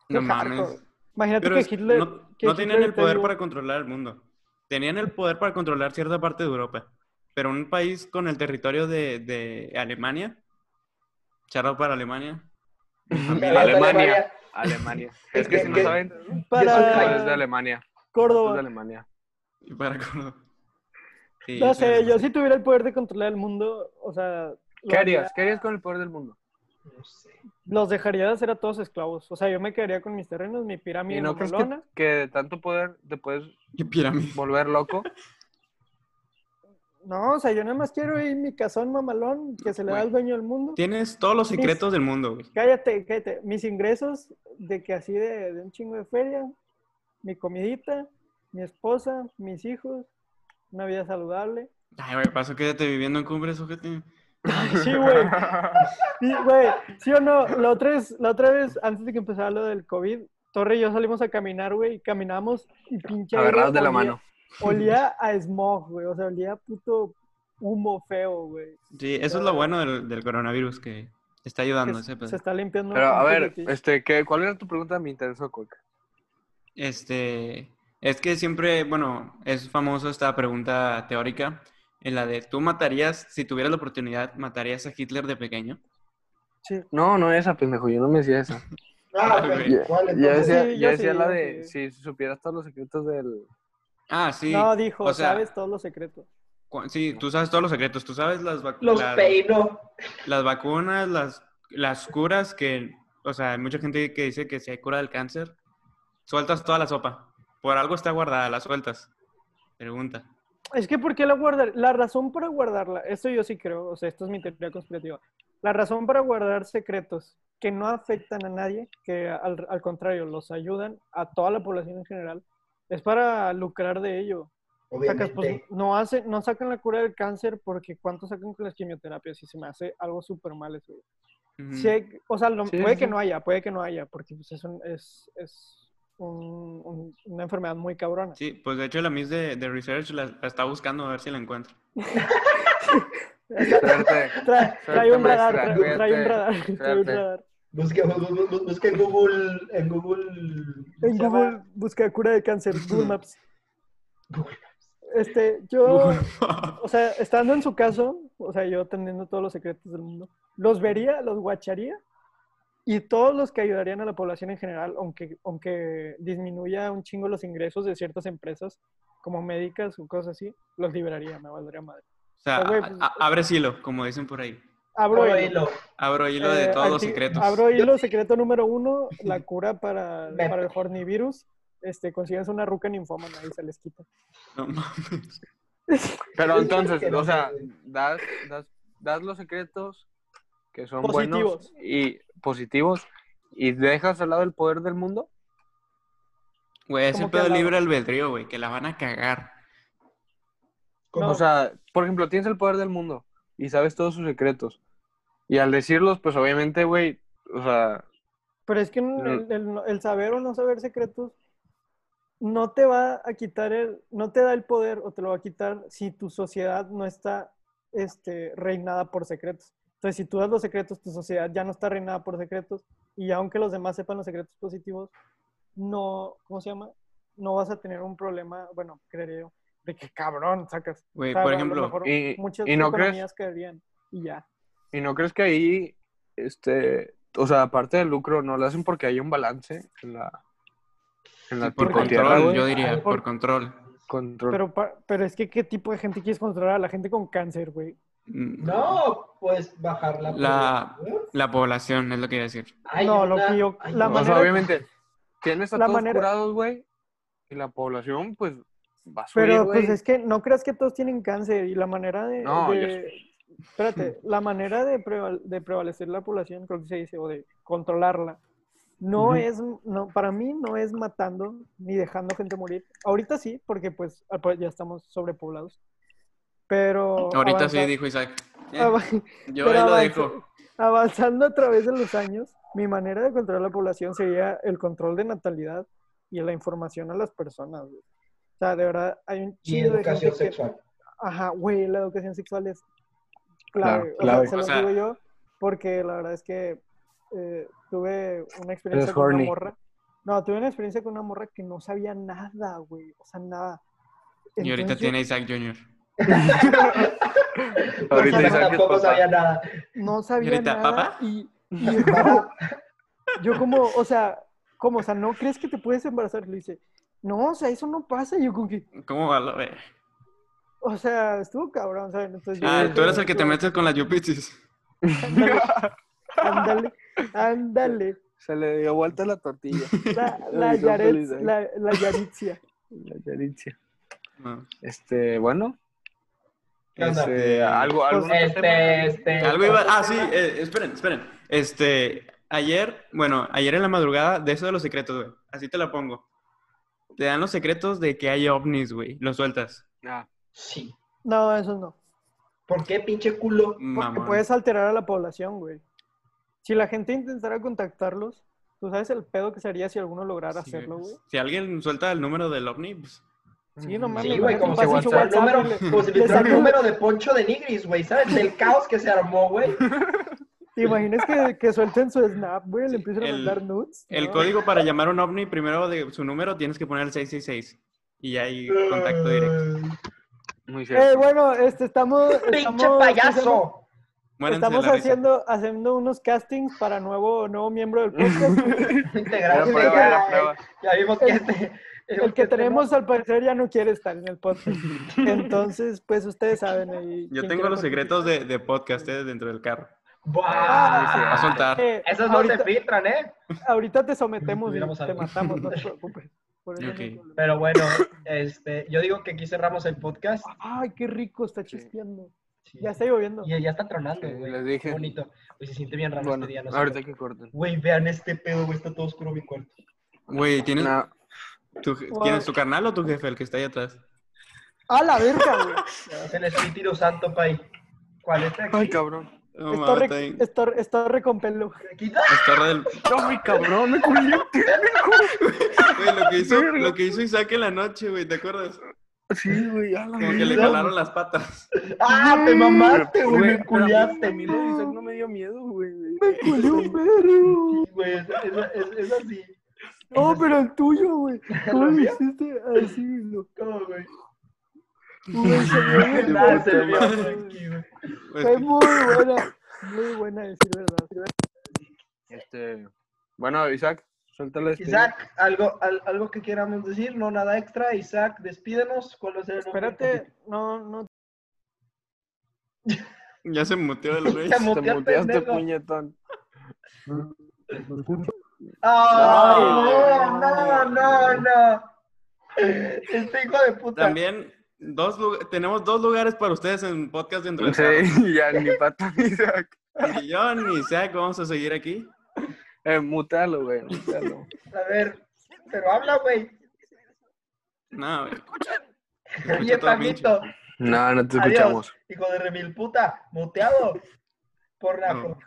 S2: No
S3: Qué
S2: mames.
S3: hardcore. Imagínate
S2: Pero
S3: que
S2: es-
S3: Hitler...
S2: no,
S3: que
S2: no tenían
S3: Hitler
S2: el
S3: te
S2: poder
S3: dio-
S2: para controlar el mundo. Tenían el poder para controlar cierta parte de Europa. Pero un país con el territorio de, de Alemania, charro para Alemania. Mi familia.
S4: Vale. Alemania. Alemania. Es que si no
S1: ¿Qué?
S4: saben,
S1: Ay.
S4: es de
S3: Para
S4: Alemania. Es de
S3: Ah, Córdoba.
S4: Alemania.
S2: Y para Córdoba. Sí,
S3: No
S2: yo soy
S3: sé, yo
S2: alemán.
S3: si tuviera el poder de controlar el mundo, o sea... lo
S4: ¿Qué
S3: haría.
S4: harías? ¿Qué harías con el poder del mundo?
S1: No sé.
S3: Los dejaría de hacer a todos esclavos. O sea, yo me quedaría con mis terrenos, mi pirámide
S4: ¿Y no crees que,
S3: mamalona.
S4: que de tanto poder te puedes
S2: Qué pirámide.
S4: volver loco?
S3: No, o sea, yo nada más quiero ir mi cazón mamalón que se le da
S2: Güey.
S3: al dueño del mundo.
S2: Tienes todos los
S3: Sí,
S2: secretos del mundo, güey.
S3: Cállate, cállate. Mis ingresos de que así de, de un chingo de feria, mi comidita, mi esposa, mis hijos, una vida saludable.
S2: Ay, güey, pasó quédate viviendo en cumbres, ojete.
S3: Sí, güey. Sí, güey. Sí o no. La otra, vez, la otra vez, antes de que empezara lo del COVID, Torre y yo salimos a caminar, güey, y caminamos y pinche. aire
S4: Agarrados de la
S3: olía-
S4: mano.
S3: Olía a smog, güey. O sea, olía a puto humo feo, güey.
S2: Sí, eso es lo bueno del, del coronavirus que está ayudando
S3: Que
S2: ese pedo.
S3: se está limpiando.
S4: Pero a
S3: antes
S4: ver,
S3: de ti.
S4: este, ¿qué, ¿cuál era tu pregunta? Me interesó, Coca.
S2: Este, es que siempre, bueno, es famoso esta pregunta teórica, en la de tú matarías, si tuvieras la oportunidad, matarías a Hitler de pequeño.
S3: Sí.
S4: No, no esa, pendejo. Yo no me decía esa.
S1: Ah,
S2: Ay,
S1: güey,
S2: güey.
S1: ¿cuál
S4: Yo
S1: entonces?
S4: decía,
S3: Sí,
S4: yo
S3: yo
S4: decía
S3: sí,
S4: la
S3: yo
S4: de si supieras todos los secretos del...
S2: Ah, sí.
S3: No, dijo,
S2: o sea,
S3: sabes todos los secretos.
S2: cu- Sí, tú sabes todos los secretos, tú sabes las, vacu-
S1: Los
S2: las,
S1: peinó.
S2: las vacunas, las, las curas que, o sea, hay mucha gente que dice que si hay cura del cáncer, sueltas toda la sopa. Por algo está guardada, la sueltas. Pregunta.
S3: Es que, ¿por qué la guardar? La razón para guardarla, esto yo sí creo, o sea, esto es mi teoría conspirativa. La razón para guardar secretos que no afectan a nadie, que al, al contrario, los ayudan a toda la población en general, es para lucrar de ello. Sacas, pues,
S1: Obviamente.
S3: no, hace, no sacan la cura del cáncer porque ¿cuánto sacan con las quimioterapias? Y se me hace algo súper mal eso.
S2: Ujú.
S3: Sí hay- o sea, lo-
S4: Sí,
S3: puede
S4: sí,
S3: que
S4: sí.
S3: no haya, puede que no haya, porque pues, es, un- es, es un- un- una enfermedad muy cabrona.
S2: Sí, pues de hecho la Miss de, de Research la, la está buscando a ver si la encuentra.
S4: Suerte.
S3: Trae, trae un radar,
S4: maestra,
S3: trae, trae un
S4: cuídate,
S3: radar, trae un
S4: cuídate.
S3: radar.
S1: Busque, bu- bu- bu- busque en Google. En Google. ¿cómo
S3: En
S1: se llama?
S3: Google busca cura de cáncer, Google Maps.
S1: Google.
S3: Este, yo, o sea, estando en su caso, o sea, yo teniendo todos los secretos del mundo, los vería, los guacharía y todos los que ayudarían a la población en general, aunque, aunque disminuya un chingo los ingresos de ciertas empresas como médicas o cosas así, los liberaría, me valdría madre.
S2: O sea,
S3: Pues, güey,
S2: a- a- abre hilo, como dicen por ahí.
S3: Abro
S1: Abro
S3: hilo.
S1: hilo.
S2: Abro hilo de
S3: Eh,
S2: todos los
S3: anti-
S2: secretos.
S3: Abro hilo, secreto número uno, la cura para,
S1: Me-
S3: para el hornivirus. Este, consigues una ruca ninfómana y se les quita.
S2: No mames.
S4: Pero entonces, o sea, das, das, das los secretos que son buenos
S3: Positivos.
S4: y positivos y dejas al lado el poder del mundo.
S2: Güey, es
S3: ¿Cómo
S2: el
S3: que
S2: pedo
S3: hablaba?
S2: libre albedrío, güey, que la van a cagar.
S1: ¿Cómo?
S4: O sea, por ejemplo, tienes el poder del mundo y sabes todos sus secretos. Y al decirlos, pues obviamente, güey, o sea,
S3: Pero es que n-
S4: Mm.
S3: el, el- el saber o no saber secretos no te va a quitar el, no te da el poder o te lo va a quitar si tu sociedad no está este, reinada por secretos. Entonces, si tú das los secretos, tu sociedad ya no está reinada por secretos y aunque los demás sepan los secretos positivos, no, ¿cómo se llama? No vas a tener un problema, bueno, creería yo, de que cabrón sacas.
S2: Güey,
S3: O sea,
S2: por
S3: a lo
S2: ejemplo,
S3: mejor
S4: Eh, y,
S3: muchas
S4: y no crees
S3: economías caerían y ya.
S4: y no crees que ahí este, o sea, aparte del lucro no lo hacen porque hay un balance en la en la
S2: Sí, por
S4: tipo tierra,
S2: control,
S4: güey,
S2: yo diría,
S3: Ay,
S2: por...
S3: por-
S2: control.
S4: control.
S3: Pero, pa- pero es que, ¿qué tipo de gente quieres controlar? A la gente con cáncer, güey.
S2: Mm,
S1: No, pues bajar la...
S2: La-
S1: población.
S2: La población, es lo que iba a decir.
S1: Hay
S3: No, lo que yo-
S1: hay
S3: la
S4: o
S1: una-
S4: sea,
S3: manera-
S4: obviamente tienes a
S3: la
S4: todos
S3: manera-
S4: curados, güey, y la población pues va a subir,
S3: Pero
S4: güey.
S3: pues es que no creas que todos tienen cáncer y la manera de...
S4: No, yo
S3: de- Espérate, la manera de, preval- de prevalecer la población, creo que se dice, o de controlarla, no
S4: Ujú.
S3: es, no, para mí no es matando ni dejando gente morir. Ahorita sí, porque pues apa- ya estamos sobrepoblados. Pero...
S2: Ahorita sí
S3: avanza-
S2: dijo Isaac. Eh,
S3: avan-
S2: yo
S3: Ah, pero
S2: ahí lo
S3: avanza-
S2: dejo.
S3: Avanzando a través de los años, mi manera de controlar la población sería el control de natalidad y la información a las personas. güey. O sea, de verdad, hay un
S1: Y
S3: chido de
S1: educación
S3: gente que-
S1: sexual.
S3: Ajá, güey, la educación sexual es
S4: Claro,
S3: clave.
S4: clave.
S3: O sea, se
S2: O
S3: los
S2: sea-
S3: digo yo porque la verdad es que eh, tuve una experiencia
S4: Eres
S3: con una
S4: horny.
S3: morra. No, tuve una experiencia con una morra que no sabía nada, güey. O sea, nada.
S2: Y ahorita
S3: Entonces,
S2: tiene Isaac Jr.
S4: ahorita
S1: Porque
S4: Isaac es
S1: tampoco
S4: papá.
S1: sabía nada.
S3: No
S2: Y
S3: sabía
S2: ahorita,
S3: nada.
S2: ¿papá?
S3: Y, y yo, como, yo como, o sea, como, o sea, ¿no crees que te puedes embarazar? Le dice, no, o sea, eso no pasa. Y yo como que,
S2: ¿Cómo va la ver?
S3: o sea, estuvo cabrón, ¿saben? Entonces, yo-
S2: Ah,
S3: yo
S2: tú eres
S3: creo
S2: el que te metes con las yupitis.
S3: Ándale, ándale, ándale.
S4: Se le dio vuelta la tortilla.
S3: La,
S4: Lo
S3: la,
S4: hizo
S3: Yaret-
S4: feliz ahí.
S3: la, la Yaritzia.
S4: La Yaritzia.
S2: No.
S4: Este, bueno.
S1: ¿Qué onda?
S4: Este, algo,
S3: pues,
S4: algún otro tema?
S1: Este, este...
S2: Algo iba.
S1: otro
S2: Ah, sí,
S1: tema.
S2: eh, esperen, esperen. Este, ayer, bueno, ayer en la madrugada, de eso de los secretos, güey. Así te la pongo. Te dan los secretos de que hay ovnis, güey. Los sueltas.
S4: Ah,
S1: Sí.
S3: No, eso no.
S1: ¿Por qué pinche culo?
S3: Porque
S2: Mamón.
S3: puedes alterar a la población, güey. Si la gente intentara contactarlos, ¿tú sabes el pedo que sería si alguno lograra
S2: Sí,
S3: hacerlo, güey?
S2: Si alguien suelta el número del ovni, pues.
S3: Sí, no mames.
S1: Sí, güey,
S3: ¿no?
S1: como
S3: Pasa
S1: se
S3: en su
S1: filtró el número,
S3: WhatsApp y le-
S1: como se filtró el
S3: saca-
S1: número de Poncho de Nigris, güey, ¿sabes? El caos que se armó, güey.
S3: ¿Te imaginas que, que suelten su snap, güey? Le empiezan a
S2: el-
S3: mandar nudes.
S2: El
S3: No.
S2: código para llamar a un ovni, primero de su número, tienes que poner el 666. Y ya hay contacto directo.
S4: Muy
S3: Eh,
S4: cierto.
S3: bueno, este, estamos...
S1: ¡Pinche
S3: estamos-
S1: payaso!
S2: Muéranse de
S3: estamos
S2: la risa.
S3: haciendo, haciendo unos castings para nuevo, nuevo miembro del podcast. güey.
S4: Era
S1: Integrantes,
S4: prueba,
S1: ya,
S4: era prueba.
S1: ya vimos que este...
S3: El que tenemos al parecer ya no quiere estar en el podcast. Entonces, pues ustedes saben ahí.
S2: Yo tengo los secretos de, de podcast eh, dentro del carro. Va a
S1: ¡Buah!
S2: soltar.
S1: Esos no
S3: Eh, ahorita,
S1: se filtran, ¿eh?
S3: ahorita te sometemos y
S1: Tuviéramos
S3: te
S1: algo.
S3: matamos, no te preocupes. Por eso no hay
S2: Ok.
S3: problema.
S1: Pero bueno, este, yo digo que aquí cerramos el podcast.
S3: Ay, qué rico, está chispeando.
S1: Sí.
S3: Ya está lloviendo.
S1: Y ya está tronando,
S4: Sí,
S1: güey.
S4: les dije.
S1: Qué bonito. Pues se siente bien raro
S4: Bueno,
S1: este día, no sé.
S4: ahorita que corten.
S1: Güey, vean este pedo, güey, está todo oscuro mi cuarto.
S2: Güey, ¿tienes,
S4: No,
S2: tu, je- ¿tienes tu carnal o tu jefe, el que está ahí atrás?
S3: ¡A la verga, güey!
S1: Es el Espíritu Santo, pay. ¿Cuál es?
S4: Ay, cabrón.
S2: No,
S3: Está,
S2: mames,
S3: re,
S2: está ahí.
S3: está, está re con pelo.
S1: Aquí ¡Ah!
S2: Está re del-
S4: No, mi cabrón, me culé.
S2: Güey, lo que, hizo,
S4: Verga.
S2: lo que hizo Isaac en la noche, güey, ¿te acuerdas?
S4: Sí, güey, ya la
S2: Como que le
S1: No.
S2: jalaron las patas.
S1: ¡Ah, te mamaste, güey! Me culiaste.
S4: A mí lo de Isaac no me dio miedo, güey.
S3: ¡Me culió un perro!
S1: Sí, güey, es, es- es- es así.
S3: No, pero el tuyo, güey. ¿Cómo
S1: ¿Lo
S3: lo
S1: vio?
S3: hiciste así, güey?
S1: ¿Cómo, güey?
S3: Güey, se vio bien
S1: Nada, se
S3: loco,
S1: vio
S3: güey.
S1: aquí, güey.
S2: Güey,
S3: Fue muy buena. Muy buena, decir verdad.
S4: Este, bueno, Isaac, suéltale este.
S1: Isaac, ¿algo, al- algo que queramos decir, no nada extra. Isaac, despídenos. ¿Cuál va a ser el nombre del
S3: Espérate, no, no
S2: ya se muteó el güey.
S1: Te
S4: Te
S1: muteaste,
S4: muteaste,
S1: pendejo.
S4: puñetón.
S1: Ay,
S4: Ay.
S1: no, Ah, no, no, no. Este hijo de puta.
S2: También dos, lu- tenemos dos lugares para ustedes en podcast dentro del carro.
S4: Sí, ya ni pata ni Isaac.
S2: Y yo ni Isaac vamos a seguir aquí.
S4: Eh, mutalo, güey. Mutalo.
S1: A ver, pero habla, güey.
S2: No, güey. Escucha
S1: Oye,
S2: todo pinche.
S1: Paquito.
S4: No, no te
S1: Adiós.
S4: escuchamos.
S1: Hijo de remil puta, muteado. Por la.
S2: No.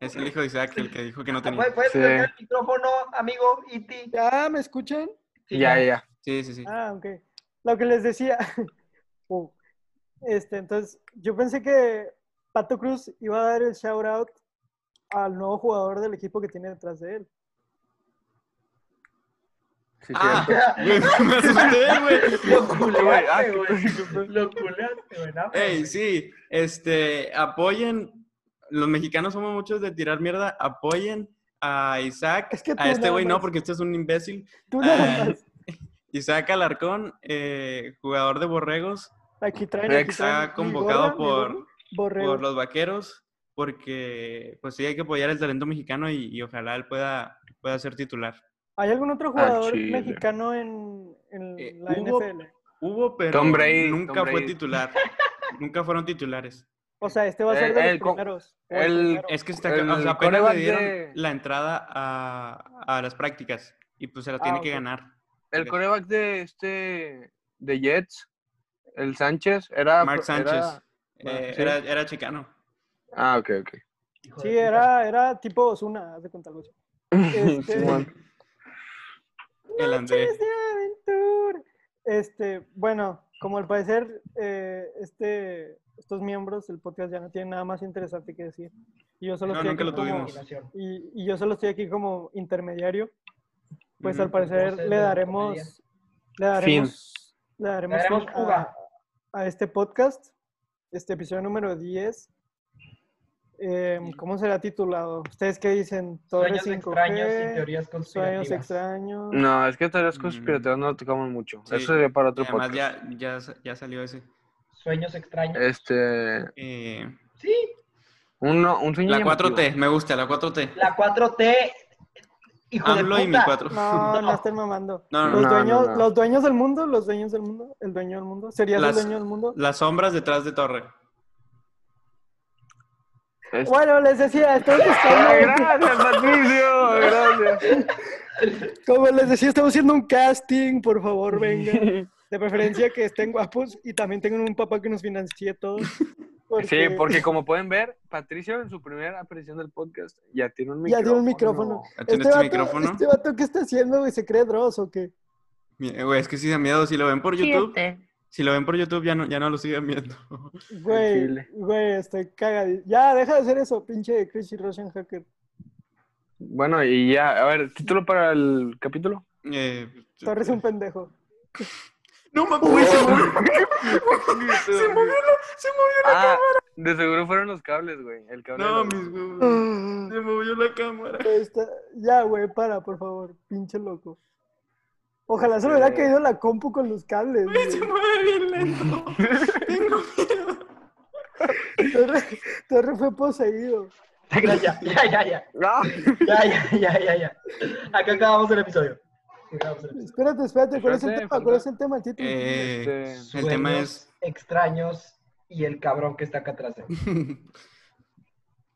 S2: Es el hijo de Isaac el que dijo que
S4: Ah,
S2: no tenía.
S1: ¿Puedes, puedes
S4: Sí.
S1: prender el micrófono, amigo Iti?
S3: ¿Ya me escuchan?
S1: Sí,
S4: ya, ya.
S2: Sí, sí, sí.
S3: Ah, ok. Lo que les decía. Uh, este, entonces, yo pensé que Pato Cruz iba a dar el shout out al nuevo jugador del equipo que tiene detrás de él.
S4: Sí,
S2: Ah,
S4: cierto.
S2: güey, me asusté, güey.
S1: Lo
S4: Güey, ah,
S1: culeaste,
S4: qué-
S1: güey. Lo culeaste, güey. ¿no?
S2: Ey, sí, este, apoyen, los mexicanos somos muchos de tirar mierda, apoyen a Isaac,
S3: Es que tú
S2: a este
S3: nada
S2: güey no,
S3: más.
S2: porque este es un imbécil.
S3: Tú
S2: Ah.
S3: nada más.
S2: Isaac Alarcón, eh, jugador de Borregos,
S3: Aquí traen.
S4: Rex
S3: aquí traen
S2: está
S3: mi
S2: convocado
S3: gorra, mi
S2: por,
S3: gorra, Borrego.
S2: por los vaqueros, porque pues sí hay que apoyar el talento mexicano y, y ojalá él pueda, pueda ser titular.
S3: ¿Hay algún otro
S4: Ah,
S3: jugador
S4: chile.
S3: mexicano en, en
S2: Eh,
S3: la
S2: hubo-
S3: NFL?
S2: Hubo, pero
S4: Tom Brady,
S2: nunca
S4: Tom
S2: fue
S4: Brady.
S2: titular. nunca fueron titulares.
S3: O sea, este va a ser
S4: Eh,
S3: de
S4: el
S3: los
S4: con-
S3: primeros. o
S4: el-
S3: primero.
S2: Es que está,
S4: El
S2: o sea, apenas
S4: coreback
S2: le dieron
S4: de-
S2: la entrada a, a las prácticas y pues se la
S3: Ah,
S2: tiene
S3: ok.
S2: que ganar.
S4: El coreback de este, de Jets, el Sánchez, era...
S2: Mark Sánchez.
S4: era- bueno,
S2: Eh,
S4: sí.
S2: era, era chicano.
S4: Ah, ok, ok.
S1: Hijo de puta.
S3: Sí, era, era tipo Osuna, haz de contar algo así. Este-
S4: Simón.
S2: El Andrés.
S3: Noches de aventura. Este, bueno, como al parecer eh, este, estos miembros del podcast ya no tienen nada más interesante que decir. Y yo solo
S2: No,
S3: estoy
S2: nunca
S3: aquí
S2: lo
S3: como-
S2: tuvimos.
S3: Y, y yo solo estoy aquí como intermediario. Pues al
S2: Ujú.
S3: parecer
S1: Entonces,
S3: le
S1: de la
S3: daremos, le daremos, le daremos,
S1: Le daremos
S3: fin
S1: fuga.
S3: a, a este podcast, este episodio número 10. Em,
S1: Sí.
S3: ¿Cómo será titulado? ¿Ustedes qué dicen? Torres
S1: Sueños extraños y
S3: 5G,
S1: teorías conspirativas.
S3: Sueños extraños.
S4: No, es que teorías
S2: Mm.
S4: conspirativas no lo tocamos mucho.
S2: Sí.
S4: Eso sería para
S2: Y
S4: otro
S2: Además
S4: podcast.
S2: ya, ya, ya salió ese.
S1: Sueños extraños.
S4: Este,
S2: Eh,
S1: Sí,
S4: uno, un sueño
S2: la
S4: llamativo.
S2: 4T, me gusta, la 4T.
S1: la 4T. Hijo
S2: AMLO
S1: de
S2: y mi
S1: puta.
S2: 4.
S3: No, no
S1: No.
S3: estén mamando.
S2: No, no,
S3: los,
S4: no,
S3: dueños,
S4: no.
S3: los dueños del mundo, los dueños del mundo, el dueño del mundo. ¿Serías
S2: Las-
S3: el dueño del mundo?
S2: Las sombras detrás de Torre.
S4: Este-
S3: Bueno, les decía, estamos
S4: ¡Ah,
S3: buscando.
S4: gracias, Patricio! Gracias.
S3: Como les decía, estamos haciendo un casting, por favor, vengan. De preferencia que estén guapos y también tengan un papá que nos financie todo.
S4: Sí, porque como pueden ver, Patricio en su primera aparición del podcast ya tiene un
S3: Ya
S4: micrófono.
S3: tiene un micrófono.
S2: ¿Tiene este micrófono?
S3: este vato, ¿qué está haciendo, güey? ¿Se cree Dross o qué?
S2: Mira, güey, es que sí da miedo. Si lo ven por YouTube, si lo ven por YouTube ya no, ya no lo sigan viendo.
S3: Güey,
S4: chile.
S3: güey, estoy cagadito. Ya, deja de hacer eso, pinche Chrissy Russian Hacker.
S4: Bueno, y ya, a ver, título para el capítulo.
S2: Eh,
S3: Torres es un pendejo.
S2: No mames, güey, se movió, se movió la, se movió la
S4: Ah, de seguro fueron los cables, güey. El cable.
S2: No,
S4: de la-
S2: mis huevos. Se movió la cámara.
S3: Está- Ya, güey, para, por favor, pinche loco. Ojalá se me hubiera caído la compu con los cables. güey.
S2: Se mueve bien lento. Tengo miedo.
S3: Torre, Torre fue poseído.
S1: Ya, ya, ya, ya, ya.
S4: Ah,
S1: Ya, ya, ya, ya, ya. Acá acabamos el episodio. Acabamos el episodio.
S3: Espérate, espérate, ¿cuál es el
S4: Espérate,
S3: tema?
S4: falta-
S3: ¿Cuál es el tema? El título.
S2: Eh,
S4: Este,
S2: el tema es...
S1: Extraños y el cabrón que está acá atrás. de él.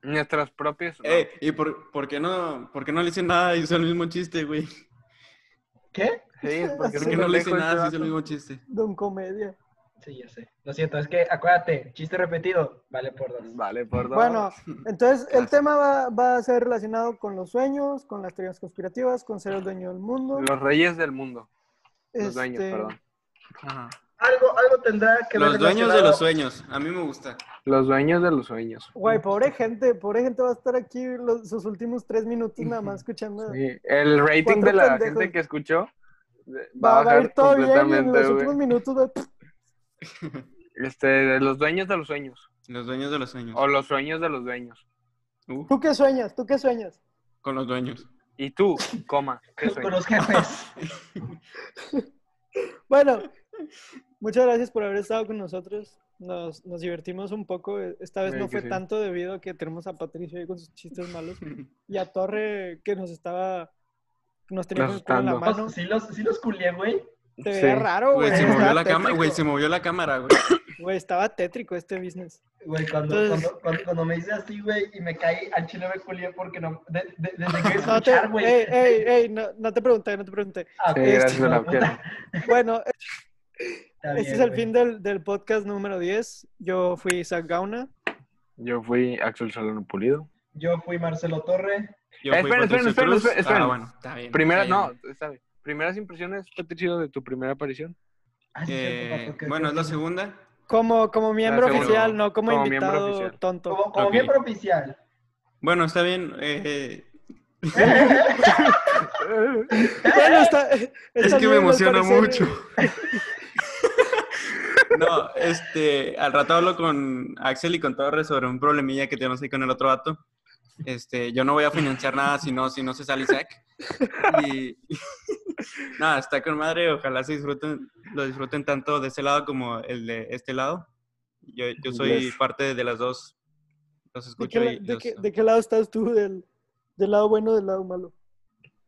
S4: Nuestras propias. no.
S2: Eh, ¿y por, por qué no, por qué no le hice nada y hizo el mismo chiste, güey?
S1: ¿Qué?
S4: Sí, porque
S3: ¿Por
S2: ¿Por
S3: qué
S2: qué
S4: es
S2: no
S4: un
S2: le hice
S4: pendejo
S2: nada si
S4: este
S2: hizo el
S4: vato.
S2: mismo chiste?
S3: Don Comedia.
S1: Sí, ya sé. Lo siento, es que acuérdate, chiste repetido, vale por dos.
S4: Vale, perdón.
S3: Bueno, entonces el tema va, va a ser relacionado con los sueños, con las teorías conspirativas, con ser el dueño del mundo.
S4: Los reyes del mundo. Los dueños,
S3: Este,
S4: perdón.
S2: Ajá.
S1: Algo, algo tendrá que ver
S2: Los dueños de
S1: relacionado-
S2: los sueños. A mí me gusta.
S4: Los dueños de los sueños.
S3: Güey, pobre gente, pobre gente va a estar aquí los- sus últimos tres minutos nada más escuchando.
S4: Sí, El rating
S3: Cuatro
S4: de la
S3: pendejos.
S4: gente que escuchó eh, de-
S3: Va, va a ir todo bien y en
S4: completamente,
S3: los
S4: güey.
S3: últimos minutos va-
S4: Este, de los dueños de los sueños.
S2: Los dueños de los sueños.
S4: O los sueños de los dueños.
S2: Uh,
S3: ¿Tú qué sueñas? ¿Tú qué sueñas?
S2: con los dueños.
S4: Y tú, coma, ¿qué
S1: con, con
S4: sueños?
S1: los jefes.
S3: Bueno, muchas gracias por haber estado con nosotros. Nos, nos divertimos un poco. Esta vez
S4: Sí,
S3: no
S4: que
S3: fue
S4: sí.
S3: tanto debido a que tenemos a Patricio ahí con sus chistes malos y a Torre que nos estaba. Nos tenía con el culo en la
S4: Asustando.
S3: mano.
S1: sí, los, sí los culié, güey.
S3: Te
S4: Sí.
S3: veía raro, güey.
S2: Güey, se
S3: estaba
S2: movió la cámara,
S3: tétrico.
S2: güey, se movió la cámara, güey.
S3: Güey, estaba tétrico este business.
S1: Güey, cuando,
S3: Entonces-
S1: cuando, cuando, cuando me dices así, güey, y me caí, al chile me culié porque no. de- de- desde que
S3: No te,
S1: escuchar, güey.
S3: ey, ey, ey, no, no te pregunté, no te pregunté.
S1: Ah,
S4: Sí,
S1: güey,
S4: gracias
S3: Este,
S1: hijo
S4: a
S1: de
S4: la
S1: puta.
S4: piel.
S3: Bueno,
S1: Está
S3: este
S1: bien,
S3: es el
S1: güey.
S3: fin del, del podcast número 10. Yo fui Isaac Gauna.
S4: Yo fui Axel Solano Pulido.
S1: Yo fui Marcelo Torre.
S2: Yo
S4: Eh,
S2: fui
S4: esperen,
S2: Patricio
S4: esperen, esperen,
S2: Cruz.
S4: esperen, esperen.
S2: Ah, bueno, está bien.
S4: Primeras,
S2: está bien.
S4: no, está bien. Primeras impresiones, Patricio, de tu primera aparición.
S1: Ah, sí, cierto,
S2: Eh,
S1: papá, que-
S2: bueno,
S1: que-
S2: es la
S1: que-
S2: segunda.
S3: Como, como miembro
S4: Ah, seguro.
S3: oficial, no como,
S4: Como miembro
S3: invitado
S4: oficial.
S3: tonto.
S1: Como, como
S2: Ok.
S1: miembro oficial.
S2: Bueno, está bien. eh,
S3: Bueno, está,
S2: es
S3: está
S2: que me
S3: bien, al
S2: emociona
S3: parecer. ¿eh?
S2: mucho. no, este, al rato hablo con Axel y con Torres sobre un problemilla que tenemos ahí con el otro vato. Este, yo no voy a financiar nada si no, si no se sale Isaac. Y nada, está con madre. Ojalá se disfruten, lo disfruten tanto de ese lado como el de este lado. Yo, yo soy
S4: Yes.
S2: parte de las dos. Los
S3: ¿De qué,
S2: escucho
S3: la-
S2: y
S3: de
S2: los-
S3: qué- de qué lado estás tú? ¿Del, del lado bueno o del lado malo?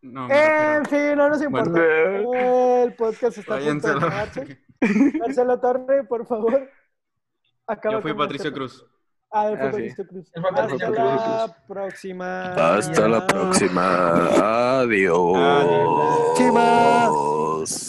S2: no, me refiero-
S3: En fin, no nos importa.
S4: Bueno.
S3: El podcast está a punto
S2: váyanse
S3: de
S2: a la
S3: acabarse.
S2: verga.
S3: Marcelo Torre, por favor. acaba
S2: Yo fui
S3: con
S2: Patricio
S3: este-
S2: Cruz.
S3: Ah, él fue
S4: Ah, sí.
S3: Patricio Cruz.
S1: Él fue
S3: Hasta
S1: Patricio
S3: la
S4: Cruz.
S3: próxima.
S5: Hasta la próxima. Adiós.
S2: Ah, Adiós.
S5: Chivas.